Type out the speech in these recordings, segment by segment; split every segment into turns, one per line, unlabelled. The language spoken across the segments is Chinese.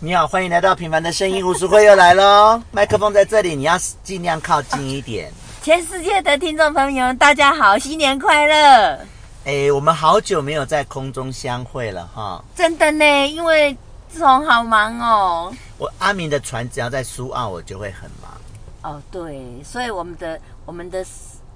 你好，欢迎来到《平凡的声音》，吴淑慧又来喽。 麦克风在这里，你要尽量靠近一点。
全世界的听众朋友，大家好，新年快乐！
哎，我们好久没有在空中相会了哈。
真的呢，因为志宏好忙哦。
我阿明的船只要在苏澳，我就会很忙。
哦，对，所以我们的我们的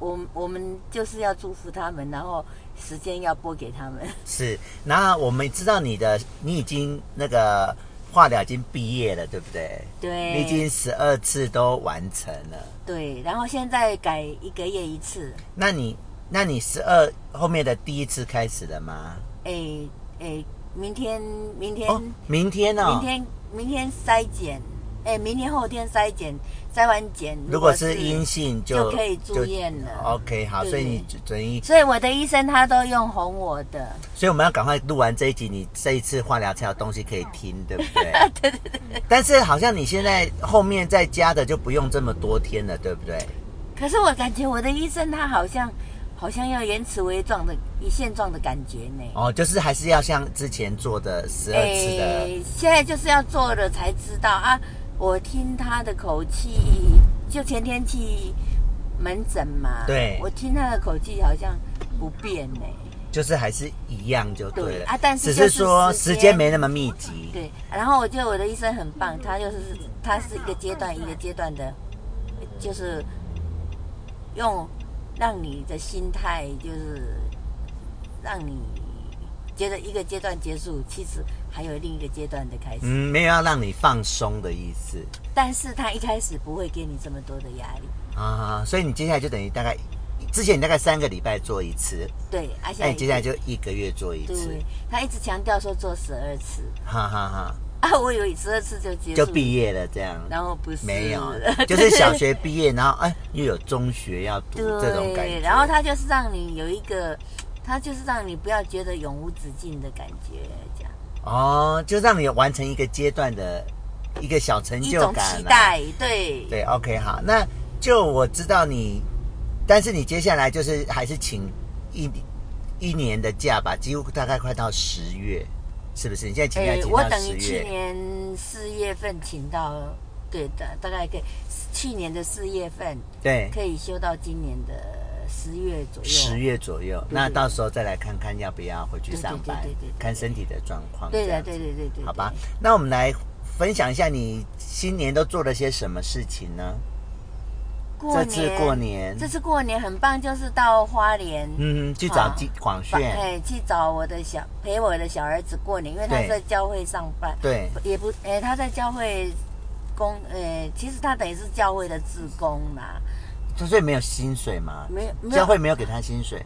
我我们就是要祝福他们，然后时间要拨给他们。
是，那我们知道你的，你已经那个化疗已经毕业了，对不对？
对，
你已经十二次都完成了。
对，然后现在改一个月一次。
那你，那你十二后面的第一次开始了吗？
诶诶，哎明天明天、
哦，明天哦。
明天明天筛检，诶，明天后天筛检，筛完检
如果是阴性就，
就可以住院了
就 OK，好，
对
所以你就等于，
所以我的医生他都用哄我的，
所以我们要赶快录完这一集，你这一次化疗才有东西可以听，对不 对？对对对。但是好像你现在后面在家的就不用这么多天了，对不对？
可是我感觉我的医生他好像好像要延迟为状的以现状的感觉呢。
哦，啊就是还是要像之前做的十二次的，
诶哎现在就是要做了才知道啊！我听他的口气，就前天去门诊嘛，
对
我听他的口气好像不变呢、
就是还是一样就对
对
了
啊但
只
是就是
说
时间
时间没那么密集。
对，然后我觉得我的医生很棒，他就是他是一个阶段一个阶段的，就是用让你的心态，就是让你觉得一个阶段结束，其实还有另一个阶段的开始。
嗯，没有要让你放松的意思
但是他一开始不会给你这么多的压力，
啊，所以你接下来就等于大概，之前你大概三个礼拜做一次，
对，而
那
且
你接下来就一个月做一次
对，，他一直强调说做十二次
哈哈哈，
啊，我以为十二次就结束
就，毕业了这样。
然后不是
没 有， 就是小学毕业，然后哎又有中学要读这种感觉。
对，然后他就是让你有一个，他就是让你不要觉得永无止境的感觉，这样
哦，就让你完成一个阶段的一个小成
一
就
种
感、啊，
期待，对
对，OK，好，那就我知道你，但是你接下来就是还是请一一年的假吧，几乎大概快到十月，是不是？你现在请假
诶
请
我
到
等
十
于去
月，
年四月份请到，对大大概可以去年的四月份
对，
可以休到今年的十月左
哎
右。
十月左右，
对
那
对
到时候再来看看要不要回去
对对
上班
对对对对，
看身体的状况。
对
这
的，
样子
对对对对，
好吧，那我们来分享一下你新年都做了些什么事情呢？
过
这次过年
这次啊过年很棒，就是到花莲，
嗯，去找
好
金广
把，
炫，
哎，去找我的小陪我的小儿子过年，因为他
对
在教会上班，
对，
也不，哎，他在教会工，哎，其实他等于是教会的职工啦，
他所以没有薪水嘛，
没有没
教
有
会没有给他薪水，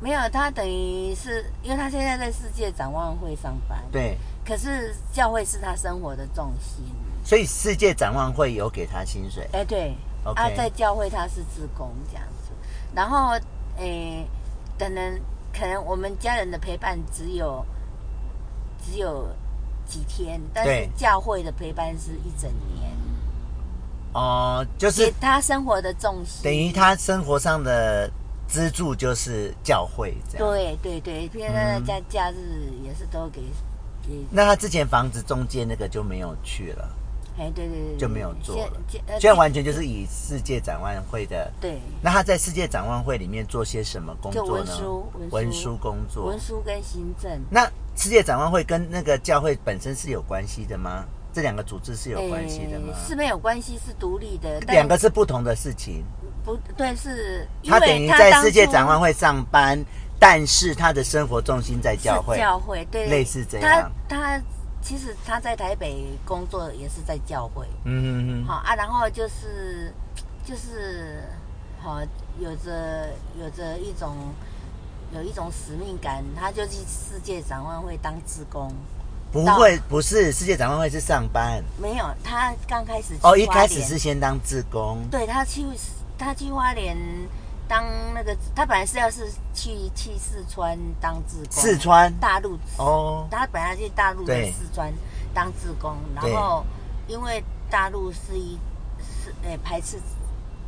没有，他等于是因为他现在在世界展望会上班，，
对，
可是教会是他生活的重心，
所以世界展望会有给他薪水，
哎，对
OK
啊，在教会他是职工这样子，然后诶，可能可能我们家人的陪伴只有只有几天，但是
对
教会的陪伴是一整年，
哦、就是
给他生活的重心。
等于他生活上的支柱就是教会这样。
对对对，平常在假日也是都给给，
那他之前房子中间那个就没有去了，
哎，对对对对，
就没有做了
现
现呃在
现
完全就是以世界展望会的。
对
那他在世界展望会里面做些什么工
就
作
文
呢？
书文书
工作，
文书跟行政。
那世界展望会跟那个教会本身是有关系的吗？这两个组织是有关系的吗
哎？是没有关系，是独立的。但
两个是不同的事情。
不对，是因
他
为
等于在
当
世界
初
展望会上班，但是他的生活重心在
是
教会。
教会对，
类似这样
他他其实他在台北工作也是在教会，
嗯嗯
好、啊，然后就是就是好、有着有着一种有一种使命感，他就去世界展望会当志工。
不会，不是世界展望会是上班
没有，他刚开始去
哦，一
花
开始
莲
是先当志工。
对他去他去花莲当那个，他本来是要是去去四川当志工，
四川
大陆
哦，
他本来去大陆的
对
四川当志工，然
对
后因为大陆是一是诶、排斥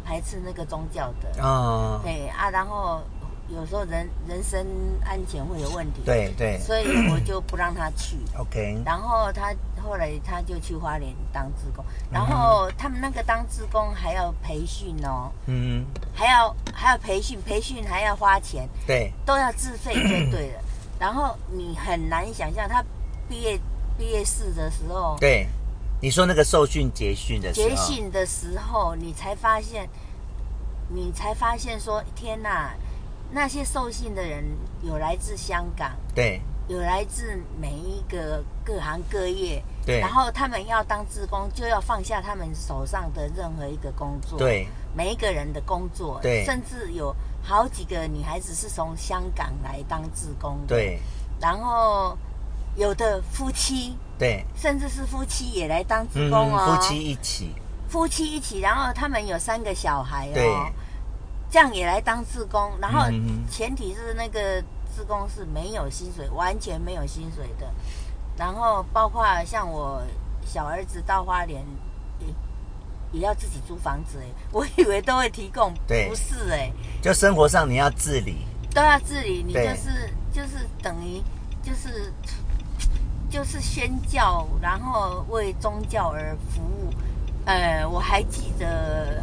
排斥那个宗教的，
哦，
对啊，然后有时候人人身安全会有问题，，
对对嗯
所以我就不让他去。
，OK，
然后他后来他就去花莲当志
嗯
工，然后他们那个当志工还要培训哦，
嗯，
还要还要培训，培训还要花钱，
对，
都要自费就对
嗯
了。然后你很难想象，他毕业毕业式的时候，
对，啊你说那个受训结训的时候，
哦结训的时候，你才发现，你才发现说，天哪，那些受训的人有来自香港，
对
有来自每一个各行各业，
对
然后他们要当志工，就要放下他们手上的任何一个工作，，
对
每一个人的工作，
对
甚至有好几个女孩子是从香港来当志工的，，
对
然后有的夫妻，
对，
甚至是夫妻也来当志工哦，
嗯夫妻一起，
夫妻一起，然后他们有三个小孩
对
哦，这样也来当志工，然后
嗯哼
前提是那个志工是没有薪水，完全没有薪水的。然后包括像我小儿子到花莲，也也要自己租房子哎，我以为都会提供，
对
不是哎，
就生活上你要自理，
都要自理，你就
对
是就是等于就是就是宣教，然后为宗教而服务。呃，我还记得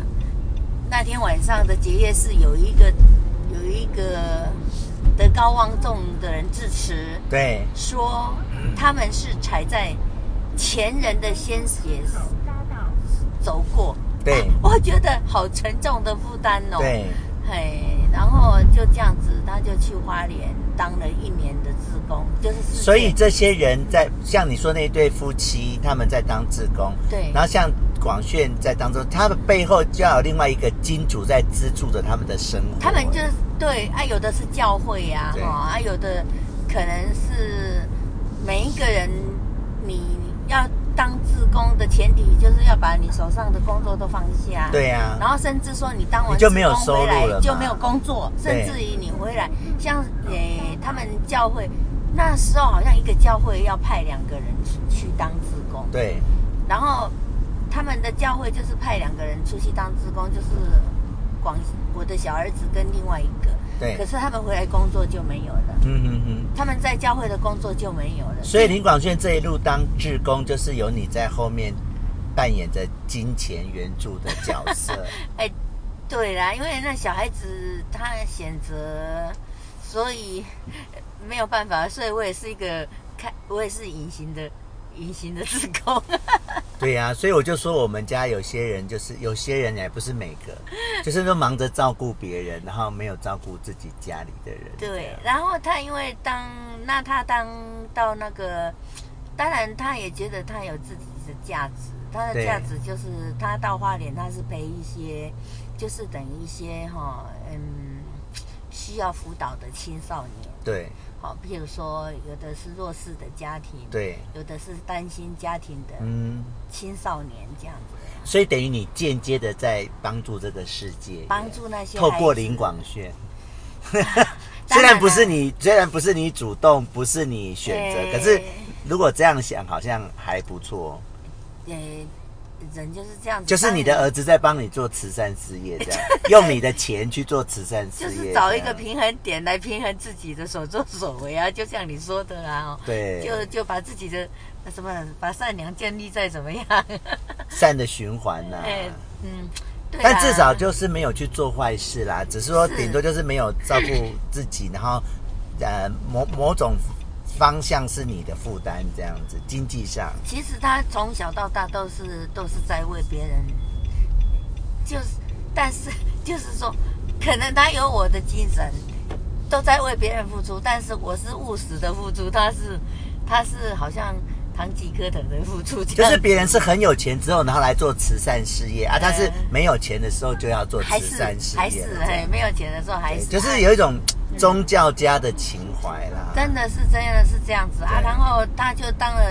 那天晚上的结业式，有一个有一个德高望重的人致辞，
对
说他们是踩在前人的鲜血走过，
对
我觉得好沉重的负担哦。
对，
嘿，然后就这样子，他就去花莲当了一年的志工，就是世界
所以这些人在像你说那对夫妻，他们在当志工，
对
然后像广炫在当中，他们背后就要有另外一个金主在资助着他们的生活，
他们就是对啊，有的是教会呀、啊，
对
哈啊，有的可能是每一个人你要当志工的前提，就是要把你手上的工作都放下，
对啊呀、
然后甚至说你当完
你就没有
志工回来
收入了嘛
就没有工作，
对
甚至于你回来，像诶、他们教会那时候好像一个教会要派两个人去当志工，
对
然后他们的教会就是派两个人出去当志工，就是广我的小儿子跟另外一个，
对
可，是他们回来工作就没有了，
嗯嗯嗯。
他们在教会的工作就没有了，
所以林广炫这一路当志工，就是有你在后面扮演着金钱援助的角色。
哎，对啦，因为那小孩子他选择，所以呃没有办法，所以我也是一个看，我也是隐形的隐形的职工。
对呀、所以我就说我们家有些人就是有些人也不是每个，就是都忙着照顾别人，然后没有照顾自己家里的人。这
对
样，
然后他因为当那他当到那个，当然他也觉得他有自己的价值，他的
对
价值就是他到花莲他是陪一些，就是等于一些哈、嗯需要辅导的青少年，
对
好、譬如说有的是弱势的家庭，
对，
有的是担心家庭的
嗯，
青少年这样子，
所以等于你间接的在帮助这个世界，
帮助那些
透
孩
过
子
林广 炫。
当
虽
然
然不
啦
是你，虽然不是你主动，不是你选择，可是
对
如果这样想，好像还不错。哦
呃人就是这样子，
就是你的
当然
儿子在帮你做慈善事业，这样 用你的钱去做慈善事
就
业，
是找一个
这样
平衡点来平衡自己的所作所为啊，就像你说的啊，哦
对，
就就把自己的那什么把善良建立在怎么样？
啊善的循环呐、
哎，嗯，对啦。
但至少就是没有去做坏事啦，只是说
是
顶多就是没有照顾自己，然后呃某某种方向是你的负担这样子，经济上
其实他从小到大都是都是在为别人，就是但是就是说，可能他有我的精神，都在为别人付出，但是我是务实的付出，他是他是好像堂吉诃德的付出这
就
样，
是别人是很有钱之后，然后来做慈善事业啊，
对
他是没有钱的时候就要做
还
慈
是
善事
还
业
是
了，这
哎
样
没有钱的时候还
对
是
就是
爱
有一种宗教家的情怀啦，
真的是真的是这样子啊。
对
然后他就当了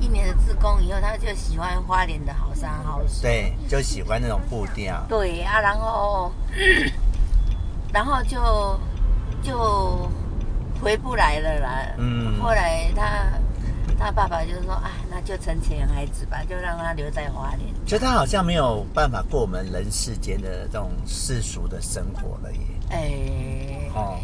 一年的志工以后，他就喜欢花莲的好山好水。
对，就喜欢那种步调，
对啊，然后然后就就回不来了啦。
嗯
后来他他爸爸就说啊，那就成全孩子吧，就让他留在花莲。
就他好像没有办法过我们人世间的这种世俗的生活了耶，
哎，
哦。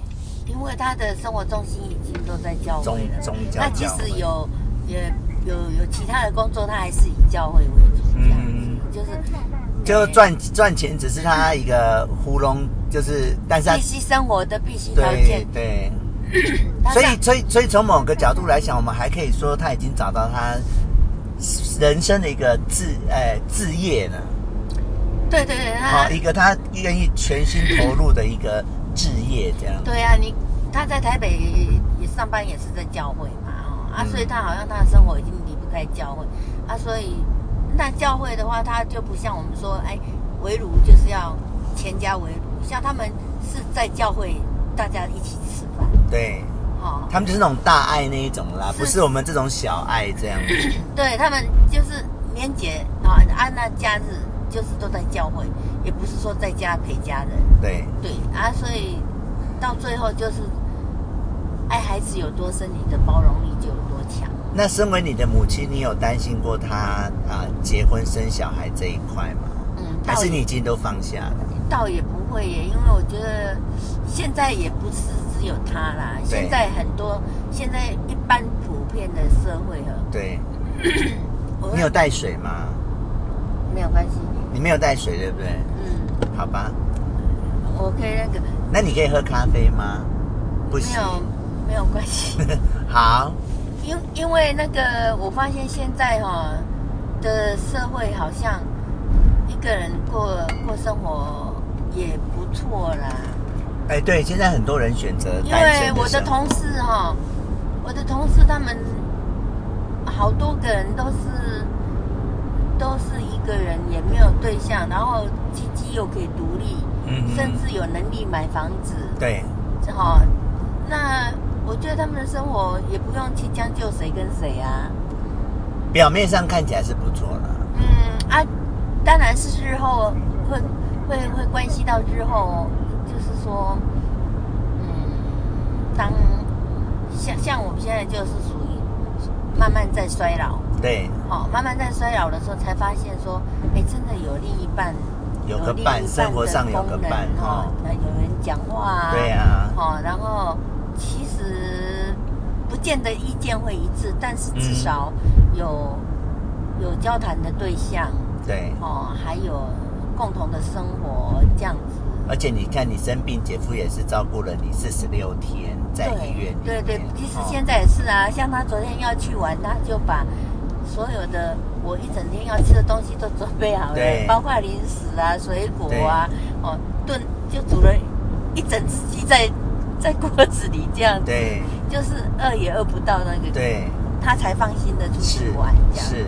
因为他的生活重心已经都在教会
宗
了，
宗教
那即
教
使
会
有也有有其他的工作，他还是以教会为主这样子，
嗯
就是
就赚赚钱只是他一个糊弄，就是但是他
必须生活的必须条
对
件。
对，
他
所
上
以所以所以从某个角度来讲，我们还可以说他已经找到他人生的一个置呃置业呢，
对对对，他
好、一个他愿意全心投入的一个置业这样。
对啊，你他在台北也上班，也是在教会嘛，哦啊，
嗯
所以他好像他的生活已经离不开教会啊，所以那教会的话，他就不像我们说，哎，围炉就是要全家围炉，像他们是在教会大家一起吃饭，
对，
哦，
他们就是那种大爱那一种啦，
是
不是我们这种小爱这样子。
对他们就是年节啊，啊那假日就是都在教会，也不是说在家陪家人，
对，
对啊，所以到最后就是爱孩子有多深，你的包容力就有多强。
那身为你的母亲，你有担心过她啊、结婚生小孩这一块吗？
嗯，
还
倒
是
也
你已经都放下了？
倒也不会耶，因为我觉得现在也不是只有他啦，
对
现在很多现在一般普遍的社会哦，
对，
我
你有带水吗？
没有关系，
你没有带水对不对？
嗯，
好吧，
我可以那个
那你可以喝咖啡吗？不
没
行。
有没有关系。
好，
因因为那个，我发现现在哈、的社会好像一个人过过生活也不错啦。
哎，对，现在很多人选择
因
单
为
身
我的
生活
同事哈、我的同事他们好多个人都是都是一个人，也没有对象，然后经济又可以独立，
嗯
甚至有能力买房子，
对
哈、那我觉得他们的生活也不用去将就谁跟谁啊。
表面上看起来是不错了。
嗯啊，当然是日后会会会关系到日后，就是说，嗯，当像像我们现在就是属于慢慢在衰老，
对，
哦，慢慢在衰老的时候才发现说，哎，真的有另一半，
有个
另一
伴
的
生活上有个
功能
伴
哦
哦，
那有人讲话啊，
对啊，
哦，然后其实不见得意见会一致，但是至
嗯
少有、有交谈的对象，
对。
哦，还有共同的生活这样子。
而且你看，你生病，姐夫也是照顾了你四十六天在医院里面。
对对对，其实
哦
现在也是啊，像他昨天要去玩，他就把所有的我一整天要吃的东西都准备好了
对，
包括零食啊、水果啊，哦，炖就煮了一整只鸡在在锅子里这样子，
对
就是饿也饿不到那个，
对
他才放心的出去
是
玩这样。
是。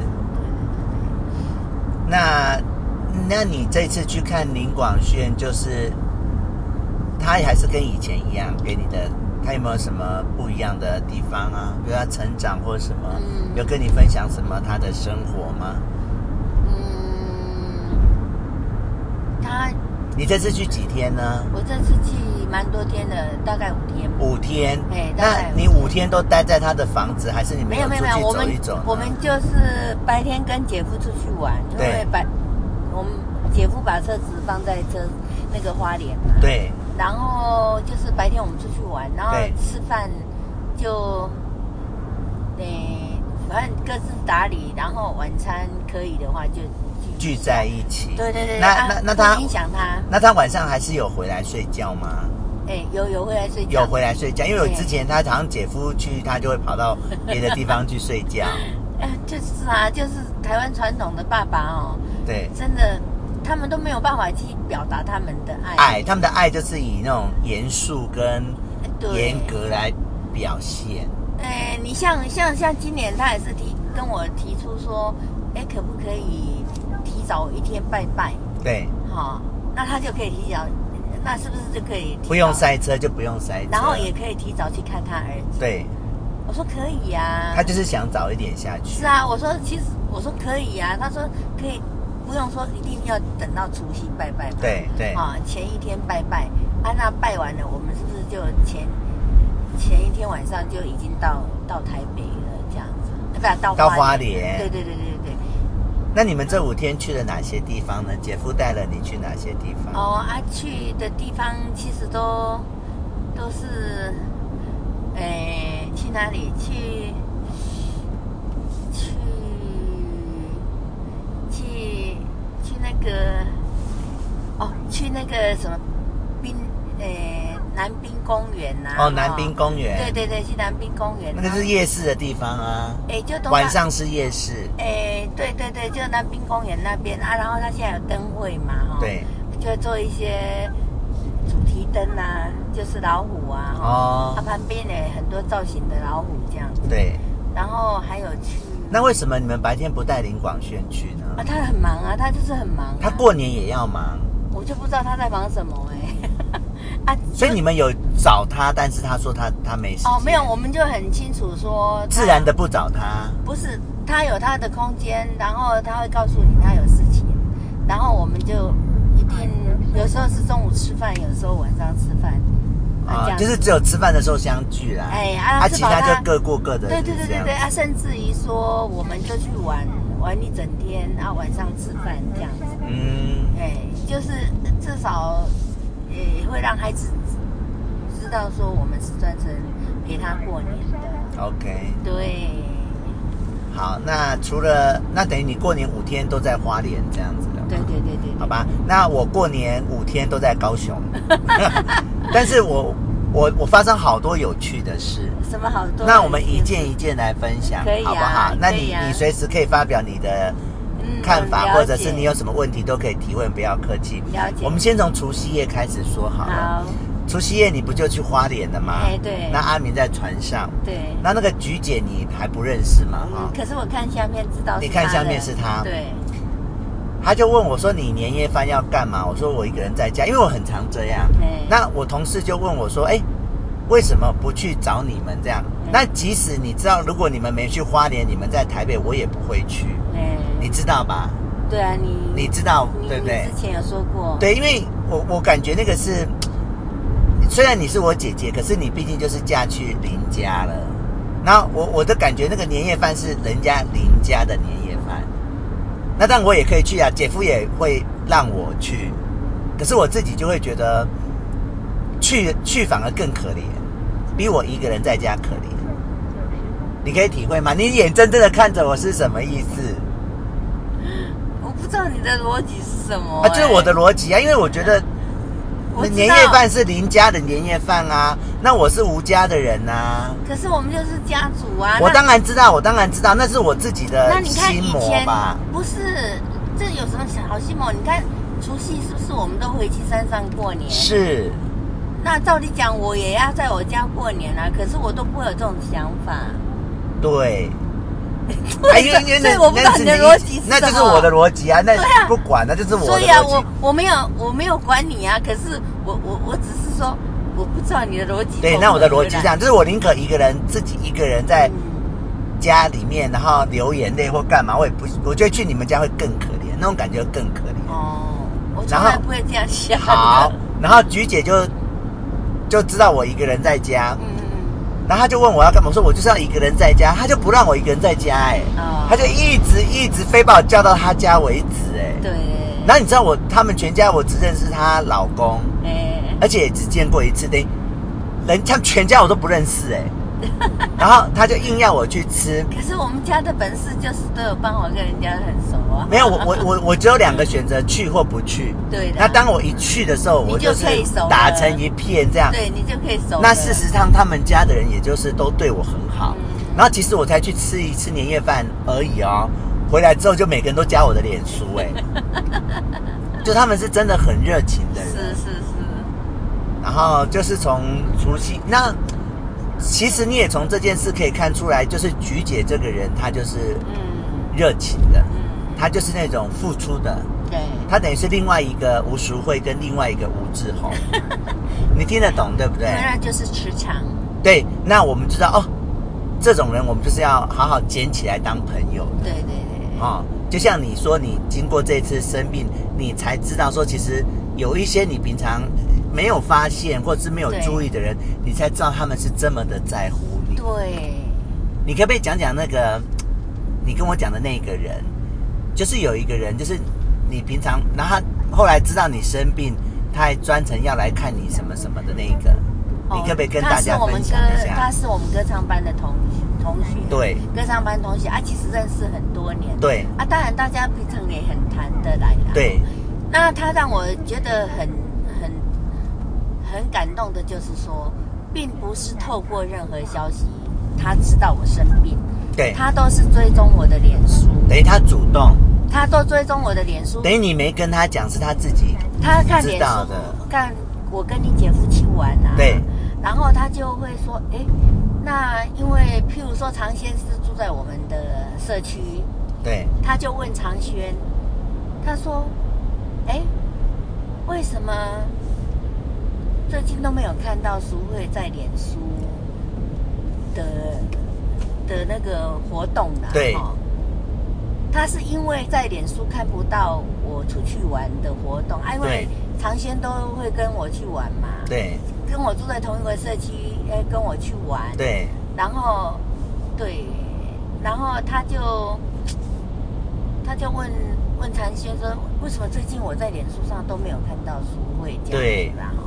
那那你这次去看林广炫，就是他还是跟以前一样，给你的他有没有什么不一样的地方啊？比如他成长或什么，
嗯
有跟你分享什么他的生活吗？
嗯，他
你这次去几天呢？
我这次去蛮多天的，大概五天吧。
五天。
哎
那
大概
你五天都待在他的房子，还是你
没
有
有
出
没
去
有没有，我
走
们
一走嗯呢？
我们就是白天跟姐夫出去玩，因
对
为白我们姐夫把车子放在车那个花莲嘛，
对
然后就是白天我们出去玩，然后
对
吃饭就，诶、反正各自打理，然后晚餐可以的话就
聚在一起。
对对对，
那
啊
那那
不
他
影响他，
那他晚上还是有回来睡觉吗？
诶、有有回来睡觉，
有回来睡觉，因为我
对
之前他好像姐夫去，他就会跑到别的地方去睡 觉。
哎，就是啊，就是台湾传统的爸爸哦，
对，
真的，他们都没有办法去表达他们的爱，
爱他们的爱就是以那种严肃跟
哎对
严格来表现。
哎，你像像像今年他也是提跟我提出说，哎，可不可以提早一天拜拜？
对，
哈、那他就可以提早，那是不是就可以提早
不用，塞车就不用塞车。
然后也可以提早去看他儿子？
对，
我说可以呀、
他就是想早一点下去
是。啊，我说其实我说可以呀、他说可以，不用说一定要等到除夕拜拜嘛。
对对
啊，前一天拜拜，啊，那拜完了，我们是不是就前前一天晚上就已经到到台北了？这样子，啊不，到
到花
花
莲
对对对对对对。
那你们这五天去了哪些地方呢？姐夫带了你去哪些地方？
哦，啊，去的地方其实都都是，诶、去哪里去？去哦那个什么滨，呃，南滨公园呐、
哦，南滨公园，
对对对，去南滨公园。
那个是夜市的地方啊，
哎、就东
晚。上是夜市，
哎、对对对，就南滨公园那边啊，然后它现在有灯会嘛，哈、哦，，
对，
就会做一些主题灯啊，就是老虎啊，哈、它
哦，
旁边呢很多造型的老虎这样子，
对。
然后还有去，
那为什么你们白天不带林广炫去呢？
啊，他很忙啊，他就是很忙、啊，
他过年也要忙，
我就不知道他在忙什么哎、 啊，
所以你们有找他，但是他说他他没时间
哦，没有，我们就很清楚说他，
自然的不找他。
不是他有他的空间，然后他会告诉你他有事情，然后我们就一定有时候是中午吃饭，有时候晚上吃饭，啊这样子
就是只有吃饭的时候相聚啦。
哎啊
啊，其
吃饱
他
饭
就各过各的日
对
子。
对对
这
对
样
对啊，甚至于说我们就去玩玩一整天，啊晚上吃饭这样子，
嗯，
哎，就是至少也会让孩子知道说我们是专程陪他过年的，
OK，
对。
好，那除了那等于你过年五天都在花莲这样子的，
对对对对，
好吧？那我过年五天都在高雄， 但是我我我发生好多有趣的事。
什么好多？
那我们一件一件来分享，
可以啊
好不好？那
可以
你、
啊
你随时可以发表你的
嗯
看法，
我了解
或者是你有什么问题都可以提问，不要客气。
了解
我们先从除夕夜开始说好了。
好，
除夕夜你不就去花莲了吗？
哎对
那阿明在船上，
对。
那那个菊姐你还不认识嘛？哈
嗯、可是我看下面知道是他的，
你看下面是他
对，
她就问我说：“你年夜饭要干嘛？”我说：“我一个人在家，因为我很常这样。
哎
那我同事就问我说：“哎，为什么不去找你们这样？”
嗯
那即使你知道，如果你们没去花莲，你们在台北，我也不会去，
哎，
你知道吧？
对啊，你
你知道
你
对不对
你之前有说过，，
对，因为我我感觉那个是，虽然你是我姐姐，可是你毕竟就是嫁去邻家了。那我我的感觉，那个年夜饭是人家邻家的年夜饭，那当然我也可以去啊，姐夫也会让我去，可是我自己就会觉得去去反而更可怜，比我一个人在家可怜。你可以体会吗？你眼睁睁的看着我是什么意思？
我不知道你的逻辑是什么、
啊，就是我的
哎，
逻辑啊，因为我觉得
我知道
年夜饭是邻家的年夜饭啊，那我是无家的人呐、
可是我们就是家族啊，
我
那
当然知道，我当然知道，那是我自己
那
的
你看
心
以
魔
前
吧。
不是，这有什么好心魔？你看除夕是不是我们都回去山上过年？
是，
那照理讲，我也要在我家过年啊，可是我都不会有这种想法。
对。哎
对
因为因为
所以我不知道
那是
你的逻辑是
那就
什
是
么
我的逻辑啊，那
对啊
不管，那就是我的
所
逻
以
辑。
啊，我我没有我没有管你啊，可是我我我只是说我不知道你的逻辑从哪里来。
对，那我的逻辑是这样，就是我宁可一个人自己一个人在
嗯，
家里面，然后流眼泪或干嘛，我也不，我觉得去你们家会更可怜，那种感觉更可怜。
哦，我从
然后
来不会这样想的。
好，然后菊姐就就知道我一个人在家，
嗯，嗯
然后她就问我要干嘛，我说我就是要一个人在家，她就不让我一个人在家、哎、
哦
她就一直一直非把我叫到她家为止、
嗯
哎。
对，
然后你知道我他们全家我只认识她老公，
哎，
而且也只见过一次的，人他们全家我都不认识、 哎。然后她就硬要我去吃，
可是我们家的本事就是都有办法跟人家很熟啊。
没有我我我我只有两个选择，去或不去。
对的啊，
那当我一去的时候，我
你就
就是
可以熟了
打成一片这样。
对你就可以熟了。
那事实上，他们家的人也就是都对我很好。
嗯
然后其实我才去吃一次年夜饭而已哦，回来之后就每个人都加我的脸书哎、就他们是真的很热情的人。
是是嗯是，
然后就是从除夕那。其实你也从这件事可以看出来，就是菊姐这个人，她就是
嗯
热情的，
嗯，
她就是那种付出的，
对，
她等于是另外一个吴淑慧跟另外一个吴志宏，你听得懂对不对？
那就是磁场。
对，那我们知道哦，这种人我们就是要好好捡起来当朋友
对对对，
啊、哦。就像你说，你经过这次生病，你才知道说，其实有一些你平常没有发现或是没有
对
注意的人，你才知道他们是这么的在乎你。
对，
你可不可以讲讲那个你跟我讲的那个人？就是有一个人，就是你平常，然后他后来知道你生病，他还专程要来看你什么什么的那一个，你可不可以跟大家
哦他是我们
分享
歌
一下？
他是我们歌唱班的同同学，
对，
歌唱班同学啊，其实认识很多年。
对
啊，当然大家平常也很谈得来啦。。
对，
那他让我觉得很很感动的，就是说，并不是透过任何消息他知道我生病，
对，
他都是追踪我的脸书，
等于他主动，
他都追踪我的脸书
等，于你没跟他讲，是他自己
他看
知
脸
道
书
的，
看我跟你姐夫去玩啊，
对，
然后他就会说，哎，那因为譬如说常先是住在我们的社区，
对，
他就问常轩，他说：“哎，为什么最近都没有看到淑慧在脸书的的那个活动呢、
对
哦他是因为在脸书看不到我出去玩的活动，啊、因为
对
常轩都会跟我去玩嘛，
对，
跟我住在同一个社区，哎，跟我去玩，
对，
然后，对，然后他就他就问问谭先生，为什么最近我在脸书上都没有看到苏慧这
对
样子啊？哈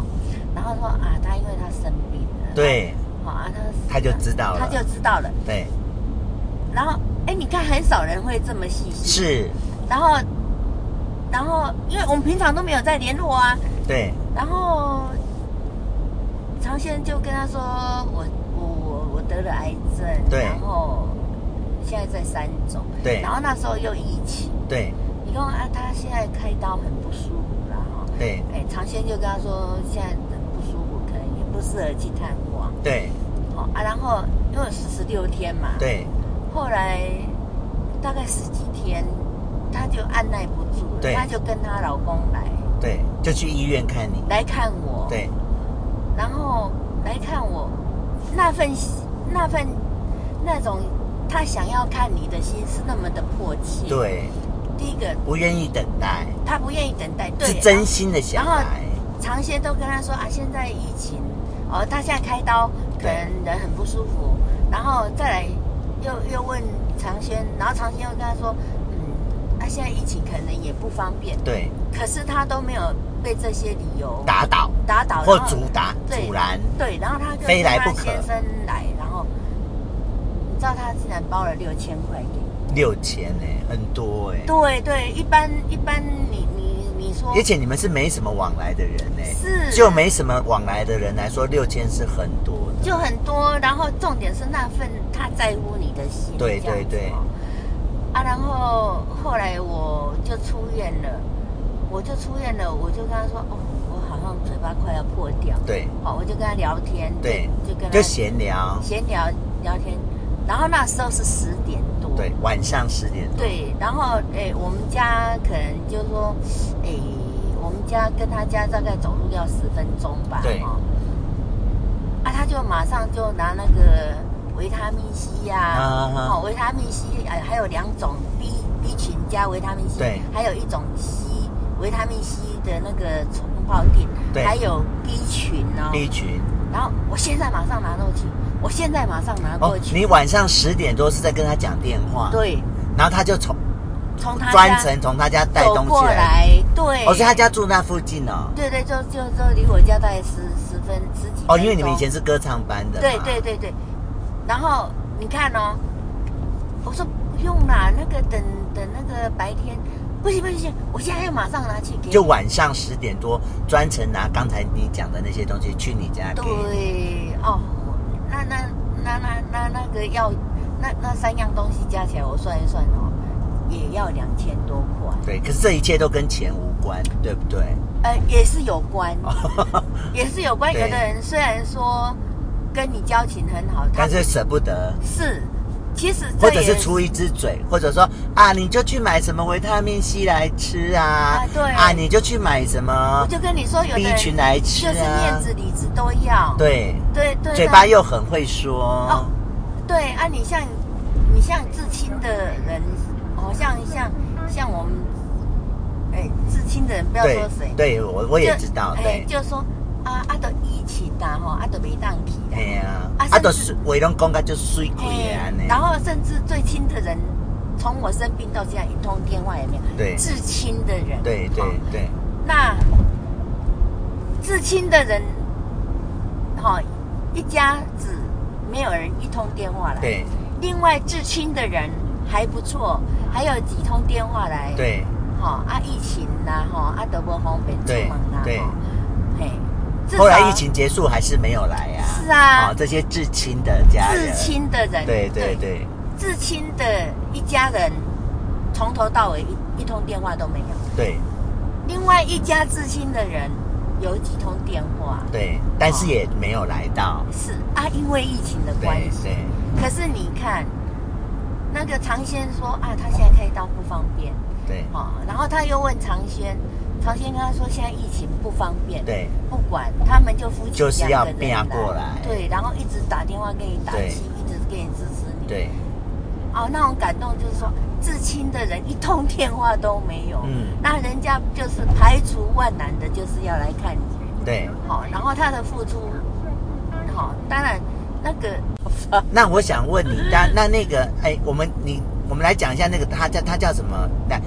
然后说啊，他因为他生病了，，
对，
好啊，他
他就知道了
他就知道了。
对，
然后，哎，你看很少人会这么细心，。
是，
然后，然后，因为我们平常都没有在联络啊，
对，
然后常先就跟他说，我我我得了癌症，
对
然后现在在三种，
对
然后那时候又疫情，
对，
你跟我啊，他现在开刀很不舒服啦，哈，
对，
哎，常先就跟他说现在很不舒服，可能也不适合去探望，
对，
哦啊，然后因为四十六天嘛，，
对，
后来大概十几天，她就按耐不住
对
了，她就跟她老公来
对，就去医院看你，
来看我，。
对，
然后来看我那份喜那份那种他想要看你的心是那么的迫切。，
对，
第一个
不愿意等待，
他不愿意等待，对，啊
是真心的想
然后
来，
常先都跟他说啊，现在疫情，哦，他现在开刀，可
对
能人很不舒服，然后再来又又问常先，然后常先又跟他说，嗯，啊，现在疫情可能也不方便，
对，
可是他都没有被这些理由
打倒
打倒
或
然后
阻打
对
阻拦，
对，然后他跟
非来
他
不可
先生来，然后你知道他竟然包了六千块给我。
六千呢，很多哎，
对对，一般一般你你你说，
而且你们是没什么往来的人呢，
是
就没什么往来的人来说，六千是很多的，
就很多，然后重点是那份他在乎你的心，
对
这样
对
子
对
哦啊，然后后来我就出院了，我就出院了，我就跟他说，哦，我好像嘴巴快要破掉，
对
哦，我就跟他聊天，
对
就跟，他
就闲聊，
闲聊聊天，然后那时候是十点多，
对，晚上十点多，
对，然后诶、我们家可能就说，诶、我们家跟他家大概走路要十分钟吧，
对
哦啊，他就马上就拿那个维他命 C 呀、
啊哈
哦，维他命 C，呃，还有两种 B B 群加维他命 C，
对
还有一种 C 维他命 C 的那个冲泡锭，
对
还有 B 群哦。
，B 群
然后我现在马上拿过去，我现在马上拿
哦
啊过，去。
你晚上十点多是在跟他讲电话，，
对，
然后他就从
从他
专
家
程从他家带
走
东
过
西来。
来，对。
哦，所以他家住那附近哦。
对对，就就就离我家大概十十分十几分
哦，因为你们以
钟
前是歌唱班的嘛。
对对对对，然后你看哦，我说不用啦，那个等等那个白天，不行不行不行，我现在要马上拿去给你
就晚上十点多专程拿刚才你讲的那些东西去你家给你。
对哦，那那那那那那个要那那三样东西加起来，我算一算哦，也要两千多块，
对，可是这一切都跟钱无关，对不对？
呃，也是有关，
哦
也是有关。有
对
的人虽然说跟你交情很好，他
但是舍不得，
是，其实这
或者
也
是出一只嘴，或者说啊，你就去买什么维他命 C 来吃啊，
啊对
啊，你就去买什
我
么
就跟你说，有的
B
人
啊群来吃
就是
啊
面，子里子都要，
对，
对对，
嘴
那
巴又很会说，
哦对啊，你像你像至亲的人，哦，像像像我们，哎，至亲的人不要
对
说谁，，
对我我
就
也知道，
哎
对，，
就说啊啊，都疫情啦，吼，啊都没当起啦
哎，呀
啊，
啊，都
甚至
伟龙公家就水鬼啊，
哎
呢，
然后甚至最亲的人，从我生病到现在一通电话也没有，
对
至亲的人，
对对
哦
对，
那至亲的人，哈、一家子没有人一通电话来。。
对
另外至亲的人还不错，还有几通电话来。。
对
哈、啊，疫情啦、哈，啊，德国方便出
对
门啦、
对
哈嘿，至
后来
少
疫情结束还是没有来呀、
是啊
哦，这些至亲的家
至
人，
亲的人，
对对对，
至亲的一家人，从头到尾一一通电话都没有。
对
另外一家至亲的人有几通电话，
对，但
哦
是也没有来到，
是啊，因为疫情的关
对
系。
对，
可是你看，那个常先说啊，他现在开刀不方便，
对
哦，然后他又问常先，常先跟他说现在疫情不方便，，
对
不管他们就夫妻
就是
两
要
个人
变过来
对，然后一直打电话给你打
对
气，一直给你支持你，
对，
哦，那种感动就是说，至亲的人一通电话都没有，
嗯
那人家就是排除万难的，就是要来看你，
对。
好、然后他的付出，好、当然那个
那我想问你，那那那个，哎，我们你我们来讲一下那个，他叫他叫什么？那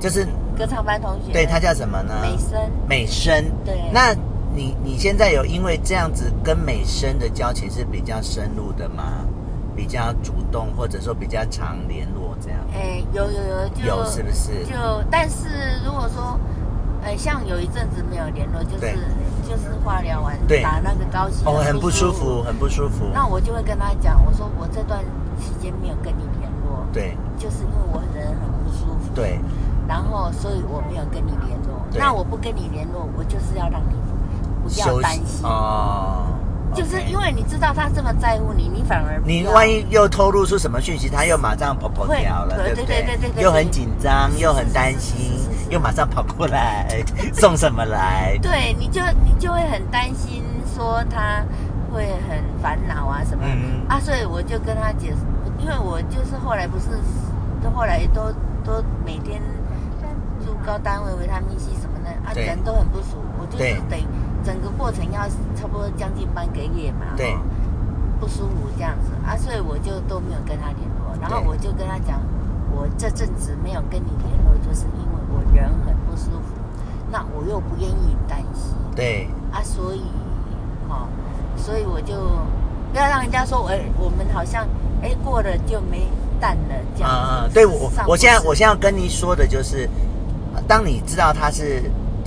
就是
歌唱班同学，
对他啊叫什么呢？
美声，
美声。
对
那你你现在有因为这样子跟美声的交情是比较深入的吗？比较主动，或者说比较常联络这样？
哎，有有有，就
有是不是？
就但是如果说，呃，像有一阵子没有联络，就是
对
就是化疗完
对
打那个高血
哦，
压
很不舒服，很不舒服。
那我就会跟他讲，我说我这段期间没有跟你联络，
对
就是因为我人很不舒服，
对
然后所以我没有跟你联络。
对
那我不跟你联络，我就是要让你不要
休
担
息
心，
哦，
就是因
OK
为你知道他这么在乎你，你反而不
你
要
万一又透露出什么讯息，他又马上跑跑掉了，
会
不
对对对对对
又很紧张，又很担心
是是是是，
又马上跑过来 送什么来？
对，你就你就会很担心，说他会很烦恼啊什么、
嗯
啊，所以我就跟他解释，因为我就是后来不是，都后来都都每天住高单位维他命 C 什么的啊，
对
人都很不舒服，我就是
对
等整个过程要差不多将近半个月嘛，
嗯对
哦不舒服这样子啊，所以我就都没有跟他联络，然后
对
我就跟他讲，我这阵子没有跟你联络，就是因为我人很不舒服，那我又不愿意担心
对
啊，所以，哦，所以我就不要让人家说，哎、我们好像哎、过了就没淡了这样子。
啊，对我
事实上
我现在
不是
我现在要跟你说的就是，呃当你知道他是